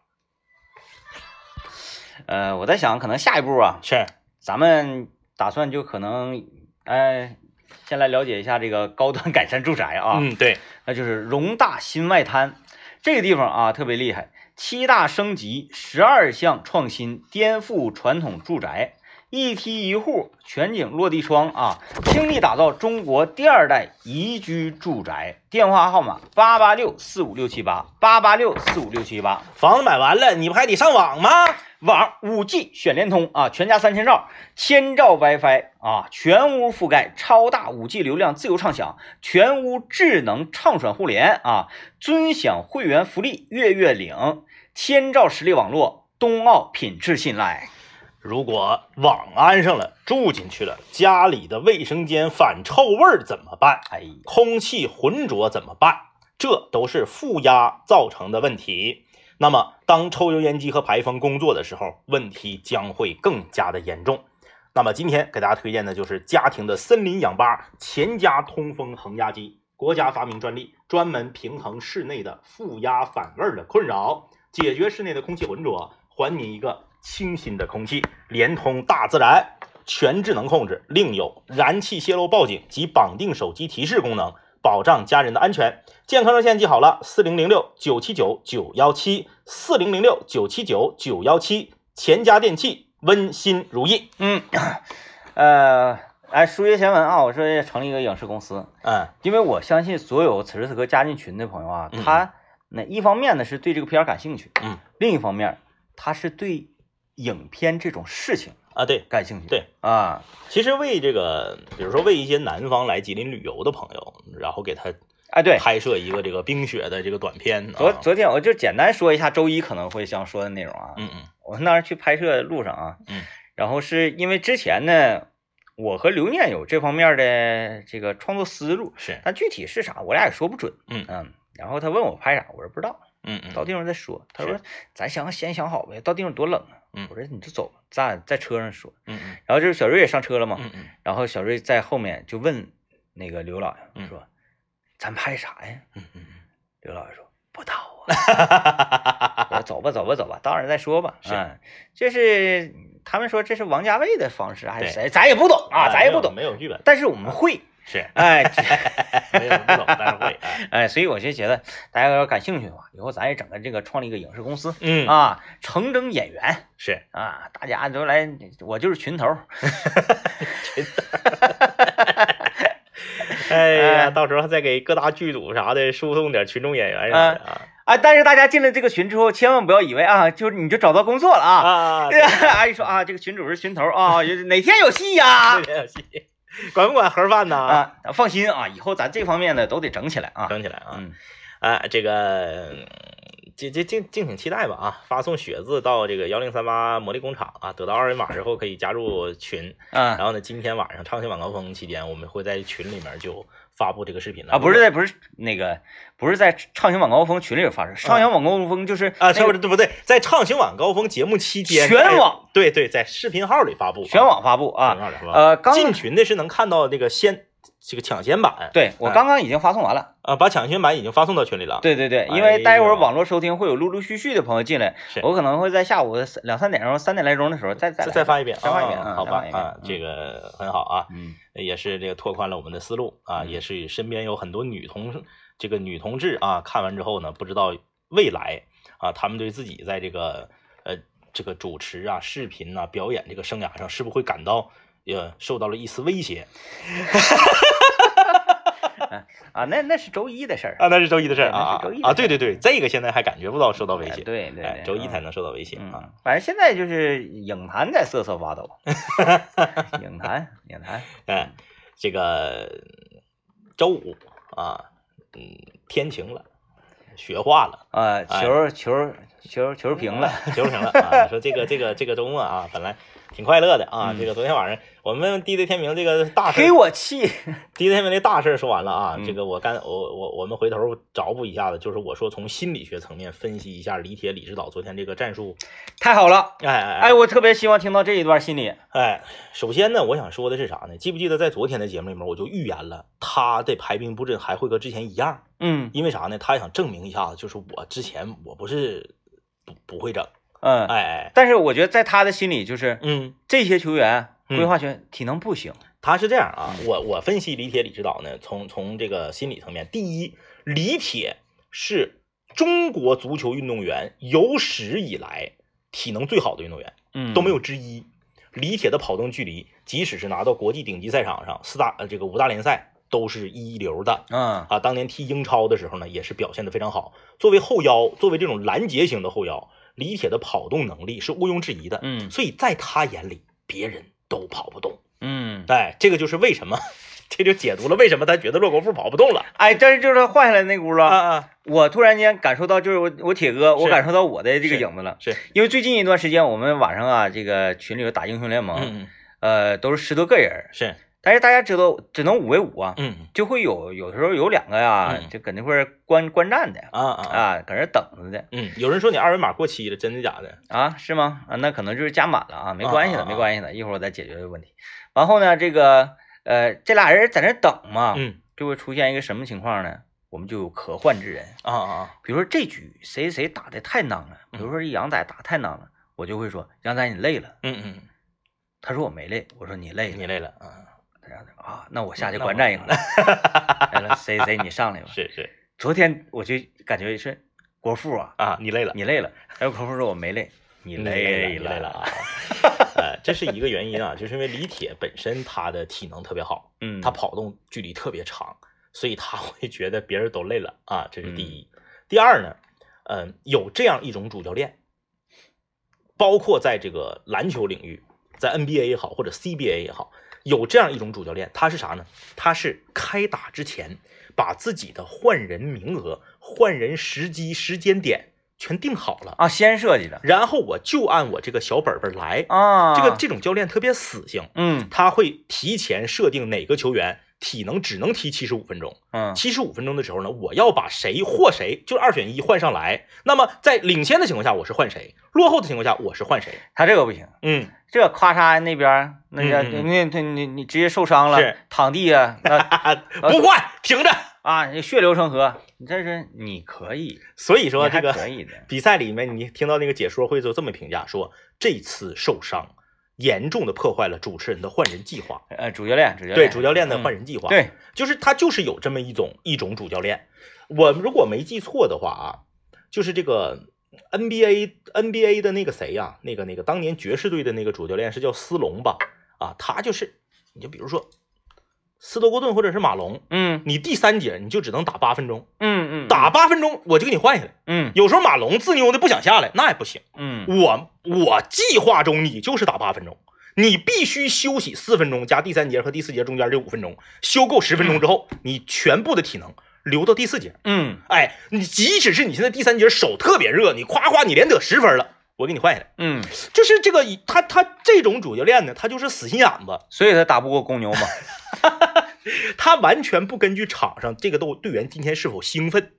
Speaker 1: 呃，我在想，可能下一步啊，
Speaker 2: 是，
Speaker 1: 咱们打算就可能，哎，先来了解一下这个高端 改善住宅啊。
Speaker 2: 嗯，对，
Speaker 1: 那就是荣大新外滩这个地方啊，特别厉害，七大升级，十二项创新，颠覆传统住宅，一梯一户，全景落地窗啊，倾力打造中国第二代宜居住宅。电话号码八八六四五六七八八八六四五六七八，
Speaker 2: 房子买完了，你不还得上网吗？
Speaker 1: 网五 G 选联通啊，全家三千兆，千兆 WiFi 啊，全屋覆盖，超大五 G 流量自由畅享，全屋智能畅爽互联啊，尊享会员福利，月月领，千兆实力网络，冬奥品质信赖。
Speaker 2: 如果网安上了，住进去了，家里的卫生间反臭味儿怎么办？
Speaker 1: 哎，
Speaker 2: 空气浑浊怎么办？这都是负压造成的问题。那么，当抽油烟机和排风工作的时候，问题将会更加的严重。那么，今天给大家推荐的就是家庭的森林氧吧钱家通风恒压机，国家发明专利，专门平衡室内的负压反味儿的困扰，解决室内的空气浑浊，还你一个清新的空气，连通大自然。全智能控制，另有燃气泄漏报警及绑定手机提示功能，保障家人的安全。健康热线记好了，四零零六九七九九幺七，四零零六九七九九幺七。钱家电器，温馨如意。
Speaker 1: 嗯，呃，哎，书接前文啊，我说要成立一个影视公司，
Speaker 2: 嗯，
Speaker 1: 因为我相信所有此时此刻加进群的朋友啊，
Speaker 2: 嗯
Speaker 1: 他那一方面呢是对这个片儿感兴趣，
Speaker 2: 嗯，
Speaker 1: 另一方面他是对影片这种事情
Speaker 2: 啊，对，
Speaker 1: 感兴趣，
Speaker 2: 对
Speaker 1: 啊，
Speaker 2: 其实为这个，比如说为一些南方来吉林旅游的朋友，然后给他
Speaker 1: 哎对，
Speaker 2: 拍摄一个这个冰雪的这个短片。
Speaker 1: 昨
Speaker 2: 啊、
Speaker 1: 昨天我就简单说一下周一可能会想说的内容啊，
Speaker 2: 嗯嗯
Speaker 1: 我们当时去拍摄的路上啊，
Speaker 2: 嗯，
Speaker 1: 然后是因为之前呢，我和刘念有这方面的这个创作思路，
Speaker 2: 是，
Speaker 1: 但具体是啥我俩也说不准，
Speaker 2: 嗯
Speaker 1: 嗯，然后他问我拍啥，我说不知道。
Speaker 2: 嗯嗯，
Speaker 1: 到地方再说。他
Speaker 2: 是
Speaker 1: 说咱想先想好呗，到地方多冷啊。
Speaker 2: 嗯
Speaker 1: 我说你就走吧，咱俩在车上说。
Speaker 2: 嗯嗯
Speaker 1: 然后就是小瑞也上车了嘛，
Speaker 2: 嗯嗯
Speaker 1: 然后小瑞在后面就问那个刘老爷
Speaker 2: 嗯
Speaker 1: 说：“咱拍啥呀？
Speaker 2: 嗯嗯
Speaker 1: 刘老师说不知道啊。 我说走吧，走吧，走吧，到那儿再说吧。
Speaker 2: 是
Speaker 1: 嗯，这是他们说这是王家卫的方式还是
Speaker 2: 对
Speaker 1: 谁？咱也不懂啊，咱也不懂，
Speaker 2: 哎没有嗯剧本，
Speaker 1: 但是我们会。
Speaker 2: 是
Speaker 1: 哎
Speaker 2: 没有不懂，但是会。 哎
Speaker 1: 哎，所以我就觉得大家要感兴趣的话，以后咱也整个这个创立一个影视公司
Speaker 2: 嗯，
Speaker 1: 啊，诚征演员
Speaker 2: 是
Speaker 1: 啊，大家都来，我就是群头。
Speaker 2: 哎
Speaker 1: 哎
Speaker 2: 呀，到时候再给各大剧组啥的输送点群众演员啥的啊
Speaker 1: 啊，但是大家进了这个群之后，千万不要以为啊，就是你就找到工作了啊。
Speaker 2: 啊，
Speaker 1: 阿姨说啊，这个群主是群头啊，有哪天有戏呀、
Speaker 2: 这
Speaker 1: 啊？
Speaker 2: 点有戏，管不管盒饭呢？
Speaker 1: 放心啊，以后咱这方面的都得整起来啊。
Speaker 2: 整起来啊！
Speaker 1: 嗯，
Speaker 2: 啊，这个嗯这这敬敬请期待吧啊！发送雪字到这个幺零三八魔力工厂啊，得到二维码之后可以加入群。
Speaker 1: 啊
Speaker 2: 然后呢，今天晚上畅想晚高峰期间，我们会在群里面就发布这个视频了
Speaker 1: 啊，不是在不是那个不是在畅想晚高峰群里有发生，畅想晚高峰就是
Speaker 2: 啊，
Speaker 1: 那
Speaker 2: 是
Speaker 1: 个
Speaker 2: 不是对不对？在畅行晚高峰节目期间，
Speaker 1: 全网
Speaker 2: 在对对，在视频号里发布，
Speaker 1: 全网发布
Speaker 2: 啊全
Speaker 1: 啊。
Speaker 2: 网里发布。
Speaker 1: 呃，刚
Speaker 2: 进群的是能看到这个先这个抢先版，
Speaker 1: 对我刚刚已经发送完了。
Speaker 2: 啊，把抢先版已经发送到群里了。
Speaker 1: 对对对，
Speaker 2: 哎
Speaker 1: 因为待会儿
Speaker 2: 呦
Speaker 1: 网络收听会有陆陆续续的朋友进来
Speaker 2: 是，
Speaker 1: 我可能会在下午三两三点钟、三点来钟的时候再再
Speaker 2: 再
Speaker 1: 来
Speaker 2: 再发一遍，
Speaker 1: 再发一遍
Speaker 2: 啊
Speaker 1: 嗯
Speaker 2: 好
Speaker 1: 再
Speaker 2: 吧
Speaker 1: 发一遍
Speaker 2: 啊
Speaker 1: 嗯，
Speaker 2: 这个很好啊，
Speaker 1: 嗯
Speaker 2: 也是这个拓宽了我们的思路啊，
Speaker 1: 嗯
Speaker 2: 也是身边有很多女同这个女同志啊，看完之后呢，不知道未来啊，她们对自己在这个呃这个主持啊、视频呐、表演这个生涯上，是不是会感到呃受到了一丝威胁
Speaker 1: 啊，那那是周一的事儿。
Speaker 2: 啊？那是周一的事儿
Speaker 1: 对那
Speaker 2: 啊
Speaker 1: 是周一的
Speaker 2: 啊，
Speaker 1: 事儿
Speaker 2: 对对对，这个现在还感觉不到受到威
Speaker 1: 哎
Speaker 2: 胁，
Speaker 1: 对对
Speaker 2: 哎
Speaker 1: 对，，
Speaker 2: 周一
Speaker 1: 嗯
Speaker 2: 才能受到威胁啊。
Speaker 1: 嗯，反正现在就是影坛在瑟瑟发抖， 影坛影坛，
Speaker 2: 哎，这个嗯周五啊，嗯，天晴了，雪化了，
Speaker 1: 呃，球球球球平了，
Speaker 2: 球晴了 啊！你说这个这个这个周末啊，本来挺快乐的啊。
Speaker 1: 嗯
Speaker 2: 这个昨天晚上我们 DJ 天明这个大事
Speaker 1: 给我 气，
Speaker 2: ，DJ 天明的大事说完了啊。
Speaker 1: 嗯
Speaker 2: 这个我干我我我们回头找补一下子，就是我说从心理学层面分析一下李铁李指导昨天这个战术。
Speaker 1: 太好了，
Speaker 2: 哎哎
Speaker 1: 哎，我特别希望听到这一段心里，
Speaker 2: 哎，首先呢，我想说的是啥呢？记不记得在昨天的节目里面，我就预言了他的排兵布阵还会和之前一样。
Speaker 1: 嗯
Speaker 2: 因为啥呢？他想证明一下子，就是我之前我不是不不会整，
Speaker 1: 嗯，
Speaker 2: 哎哎，
Speaker 1: 但是我觉得在他的心里就是
Speaker 2: 嗯，
Speaker 1: 这些球员
Speaker 2: 嗯
Speaker 1: 规划权体能不行，
Speaker 2: 他是这样啊，我我分析李铁李指导呢，从从这个心理层面，第一，李铁是中国足球运动员有史以来体能最好的运动员，
Speaker 1: 嗯，
Speaker 2: 都没有之一。李铁的跑动距离，即使是拿到国际顶级赛场上四大呃这个五大联赛，都是一流的。
Speaker 1: 嗯，
Speaker 2: 啊，当年踢英超的时候呢，也是表现得非常好。作为后腰，作为这种拦截型的后腰，李铁的跑动能力是毋庸置疑的。
Speaker 1: 嗯
Speaker 2: 所以在他眼里，别人都跑不动。
Speaker 1: 嗯嗯，
Speaker 2: 哎，这个就是为什么， 这就解读了为什么他觉得洛国富跑不动了。
Speaker 1: 哎，但是就是换下来那轱辘啊，
Speaker 2: 啊，
Speaker 1: 我突然间感受到，就是我我铁哥，我
Speaker 2: 是
Speaker 1: 感受到我的这个
Speaker 2: 是
Speaker 1: 影子了，
Speaker 2: 是，
Speaker 1: 因为最近一段时间我们晚上啊，这个群里头打英雄联盟，
Speaker 2: 嗯，
Speaker 1: 呃，都是十多个人儿，
Speaker 2: 是，
Speaker 1: 但是大家知道，只能五 v 五啊，
Speaker 2: 嗯
Speaker 1: 就会有有时候有两个呀、
Speaker 2: 嗯
Speaker 1: 就搁那块儿观观战的
Speaker 2: 啊啊啊，
Speaker 1: 啊，搁那等着的
Speaker 2: 嗯，有人说你二维码过期了，真的假的？
Speaker 1: 啊，是吗？啊，那可能就是加满了啊，没关系的，
Speaker 2: 啊啊啊
Speaker 1: 没关系的，一会儿我再解决这个问题。然后呢，这个呃，这俩人在那等嘛，
Speaker 2: 嗯
Speaker 1: 就会出现一个什么情况呢？我们就有可换之人，
Speaker 2: 啊啊啊，
Speaker 1: 比如说这局谁谁打的太囊了，比
Speaker 2: 嗯
Speaker 1: 如说杨仔打太囊了，我就会说杨仔你累了，
Speaker 2: 嗯嗯，
Speaker 1: 他说我没累，我说你累了，
Speaker 2: 你累了啊？
Speaker 1: 他说啊，那我下去观战一会 儿，完了谁谁你上来吧，
Speaker 2: 是是
Speaker 1: 昨天我就感觉是国富啊，
Speaker 2: 啊，你累了。
Speaker 1: 你累了。哎，国富说我没累，你
Speaker 2: 你
Speaker 1: 累
Speaker 2: 了，累了啊！呃，这是一个原因啊，就是因为李铁本身他的体能特别好，
Speaker 1: 嗯，
Speaker 2: 他跑动距离特别长，所以他会觉得别人都累了啊，这
Speaker 1: 嗯
Speaker 2: 是第一。第二呢，嗯、有这样一种主教练，包括在这个篮球领域，在 NBA 也好或者 CBA 也好，有这样一种主教练，他是啥呢？他是开打之前把自己的换人名额、换人时机、时间点全定好了。
Speaker 1: 啊，先设计的
Speaker 2: 然后我就按我这个小本本来。
Speaker 1: 啊，
Speaker 2: 这个这种教练特别死性，
Speaker 1: 嗯
Speaker 2: 他会提前设定哪个球员体能只能踢七十五分钟。
Speaker 1: 嗯
Speaker 2: 七十五分钟的时候呢，我要把谁或谁就是二选一换上来。那么在领先的情况下我是换谁，落后的情况下我是换谁。
Speaker 1: 他这个不行，
Speaker 2: 嗯，
Speaker 1: 这咔嚓那边儿那个
Speaker 2: 嗯嗯
Speaker 1: 那那你你直接受伤了啊
Speaker 2: 是，
Speaker 1: 躺地下，那
Speaker 2: 不换，停着。
Speaker 1: 啊，血流成河，你这是你可以，
Speaker 2: 所以说
Speaker 1: 你还
Speaker 2: 这个
Speaker 1: 可以的，
Speaker 2: 比赛里面，你听到那个解说会就这么评价说，这次受伤严重的破坏了主持人的换人计划，
Speaker 1: 呃，主教练，主教练，
Speaker 2: 对主教练的
Speaker 1: 嗯
Speaker 2: 换人计划，，
Speaker 1: 对，
Speaker 2: 就是他就是有这么一种一种主教练，我如果没记错的话啊，就是这个 NBA NBA 的那个谁呀、那个那个当年爵士队的那个主教练是叫斯隆吧？啊，他就是你就比如说斯多格顿或者是马龙，
Speaker 1: 嗯
Speaker 2: 你第三节你就只能打八分钟，
Speaker 1: 嗯嗯，
Speaker 2: 打，八分钟我就给你换下来。
Speaker 1: 嗯
Speaker 2: 有时候马龙自妞的不想下来，那也不行。
Speaker 1: 嗯
Speaker 2: 我我计划中你就是打八分钟，你必须休息四分钟，加第三节和第四节中间这五分钟，休够十分钟之后，你全部的体能留到第四节。
Speaker 1: 嗯
Speaker 2: 哎，你即使是你现在第三节手特别热，你夸夸你连得十分了，我给你换下来。
Speaker 1: 嗯，
Speaker 2: 就是这个他他这种主教练呢，他就是死心眼子，
Speaker 1: 所以他打不过公 牛嘛，
Speaker 2: 他完全不根据场上这个队队员今天是否兴奋，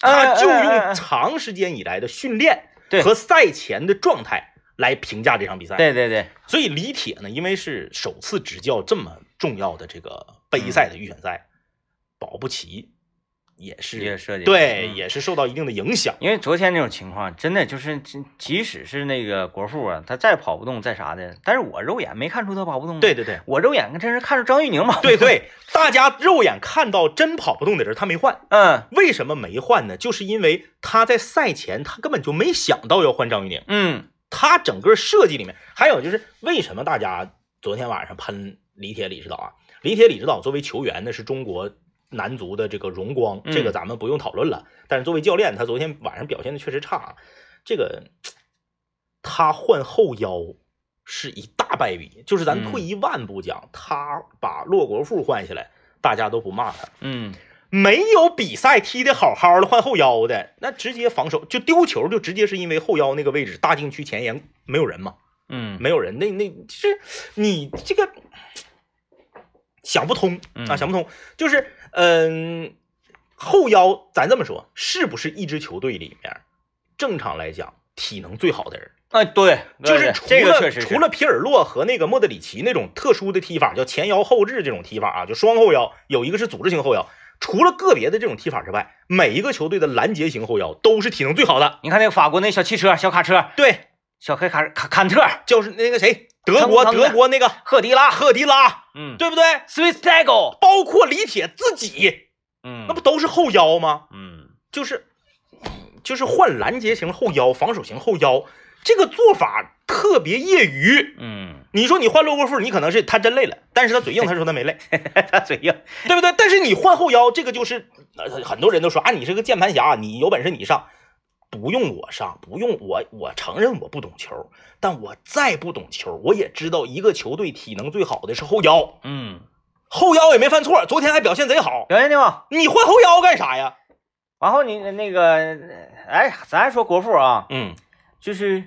Speaker 1: 哎
Speaker 2: 他就
Speaker 1: 哎哎哎
Speaker 2: 用长时间以来的训练
Speaker 1: 对
Speaker 2: 和赛前的状态来评价这场比赛。
Speaker 1: 对对对，
Speaker 2: 所以李铁呢，因为是首次执教这么重要的这个杯赛
Speaker 1: 嗯
Speaker 2: 的预选赛，保不齐也是
Speaker 1: 也设计
Speaker 2: 对、
Speaker 1: 嗯
Speaker 2: 也是受到一定的影响。
Speaker 1: 因为昨天这种情况，真的就是，即即使是那个国富啊，他再跑不动，再啥的，但是我肉眼没看出他跑不动。
Speaker 2: 对，对对
Speaker 1: 我肉眼跟真是看出张玉宁跑不动。
Speaker 2: 对，对，大家肉眼看到真跑不动的人，他没换。
Speaker 1: 嗯
Speaker 2: 为什么没换呢？就是因为他在赛前他根本就没想到要换张玉宁，
Speaker 1: 嗯
Speaker 2: 他整个设计里面，还有就是为什么大家昨天晚上喷李铁李指导啊？李铁李指导作为球员，那是中国男足的这个荣光，
Speaker 1: 嗯
Speaker 2: 这个咱们不用讨论了。但是作为教练，他昨天晚上表现的确实差啊。这个他换后腰是一大败笔，就是咱
Speaker 1: 嗯
Speaker 2: 退一万步讲，他把骆国富换下来，大家都不骂他。
Speaker 1: 嗯，
Speaker 2: 没有比赛踢得好好的换后腰的，那直接防守就丢球，就直接是因为后腰那个位置大禁区前沿没有人嘛，
Speaker 1: 嗯
Speaker 2: 没有人，那那就是你这个想不通啊，
Speaker 1: 嗯
Speaker 2: 想不通，就是嗯，后腰咱这么说，是不是一支球队里面正常来讲体能最好的人，
Speaker 1: 哎，对，
Speaker 2: 就
Speaker 1: 对
Speaker 2: 是
Speaker 1: 对
Speaker 2: 除
Speaker 1: 这个
Speaker 2: 了
Speaker 1: 确实是
Speaker 2: 除了皮尔洛和那个莫德里奇那种特殊的踢法，叫前摇后置这种踢法啊，就双后腰，有一个是组织型后腰。除了个别的这种踢法之外，每一个球队的拦截型后腰都是体能最好的。
Speaker 1: 你看那个法国那小汽车、小卡车、
Speaker 2: 对，
Speaker 1: 小黑卡卡坎特、
Speaker 2: 就是那个谁，德
Speaker 1: 成
Speaker 2: 国
Speaker 1: 成的
Speaker 2: 德国那个
Speaker 1: 赫迪拉，
Speaker 2: 赫迪拉，
Speaker 1: 嗯
Speaker 2: 对不对？
Speaker 1: ，Swiss Tiger，
Speaker 2: 包括李铁自己，
Speaker 1: 嗯，
Speaker 2: 那不都是后腰吗？
Speaker 1: 嗯
Speaker 2: 就是就是换拦截型后腰、防守型后腰，这个做法特别业余。
Speaker 1: 嗯，
Speaker 2: 你说你换洛国富，你可能是他真累了，但是他嘴硬，他说他没 累。
Speaker 1: 他嘴硬，
Speaker 2: 对不对？但是你换后腰，这个就是、呃、很多人都说啊，你是个键盘侠，你有本事你上，不用我上，不用我，我承认我不懂球，但我再不懂球，我也知道一个球队体能最好的是后腰，
Speaker 1: 嗯，
Speaker 2: 后腰也没犯错，昨天还表现贼好。
Speaker 1: 表现挺好。
Speaker 2: 你换后腰干啥呀？
Speaker 1: 然后你那个，哎，咱还说国富啊，
Speaker 2: 嗯
Speaker 1: 就是，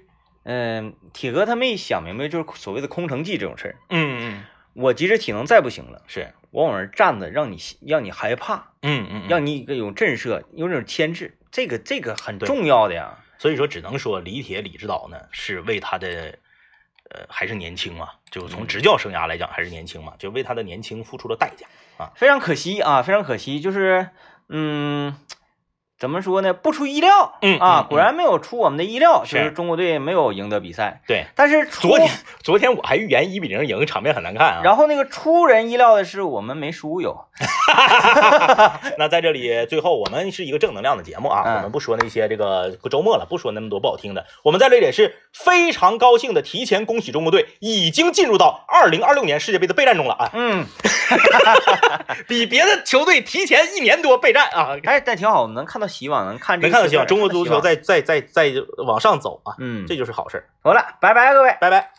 Speaker 1: 嗯、铁哥他没想明白，就是所谓的空城计这种事儿。
Speaker 2: 嗯嗯，
Speaker 1: 我即使体能再不行了，
Speaker 2: 是，
Speaker 1: 我往那儿站着，让你让你害怕，
Speaker 2: 嗯嗯要
Speaker 1: 让你有震慑，有那种牵制，这个这个很
Speaker 2: 对
Speaker 1: 重要的呀。
Speaker 2: 所以说只能说李铁李指导呢是为他的。呃，还是年轻嘛，就是从执教生涯来讲，还是年轻嘛，就为他的年轻付出了代价。
Speaker 1: 非常可惜啊，非常可惜，就是，嗯，怎么说呢？不出意料，
Speaker 2: 嗯
Speaker 1: 啊，
Speaker 2: 嗯
Speaker 1: 果然没有出我们的意料，
Speaker 2: 是
Speaker 1: 就是中国队没有赢得比赛。
Speaker 2: 对，
Speaker 1: 但是出
Speaker 2: 昨天昨天我还预言一比零赢，场面很难看啊。
Speaker 1: 然后那个出人意料的是，我们没输有，
Speaker 2: 那在这里，最后我们是一个正能量的节目啊，
Speaker 1: 嗯
Speaker 2: 我们不说那些这个周末了，不说那么多不好听的。我们在这里也是非常高兴的，提前恭喜中国队已经进入到二零二六年世界杯的备战中了啊，
Speaker 1: 嗯，
Speaker 2: 比别的球队提前一年多备战啊。
Speaker 1: 哎，但挺好，我们能看到希望，能看这
Speaker 2: 能
Speaker 1: 个
Speaker 2: 看到
Speaker 1: 形
Speaker 2: 希望，
Speaker 1: 势
Speaker 2: 中国足球，
Speaker 1: 能看到希
Speaker 2: 在在在在往上走啊，
Speaker 1: 望嗯，
Speaker 2: 这就是好事儿。
Speaker 1: 好了，拜拜，各位。
Speaker 2: 拜拜。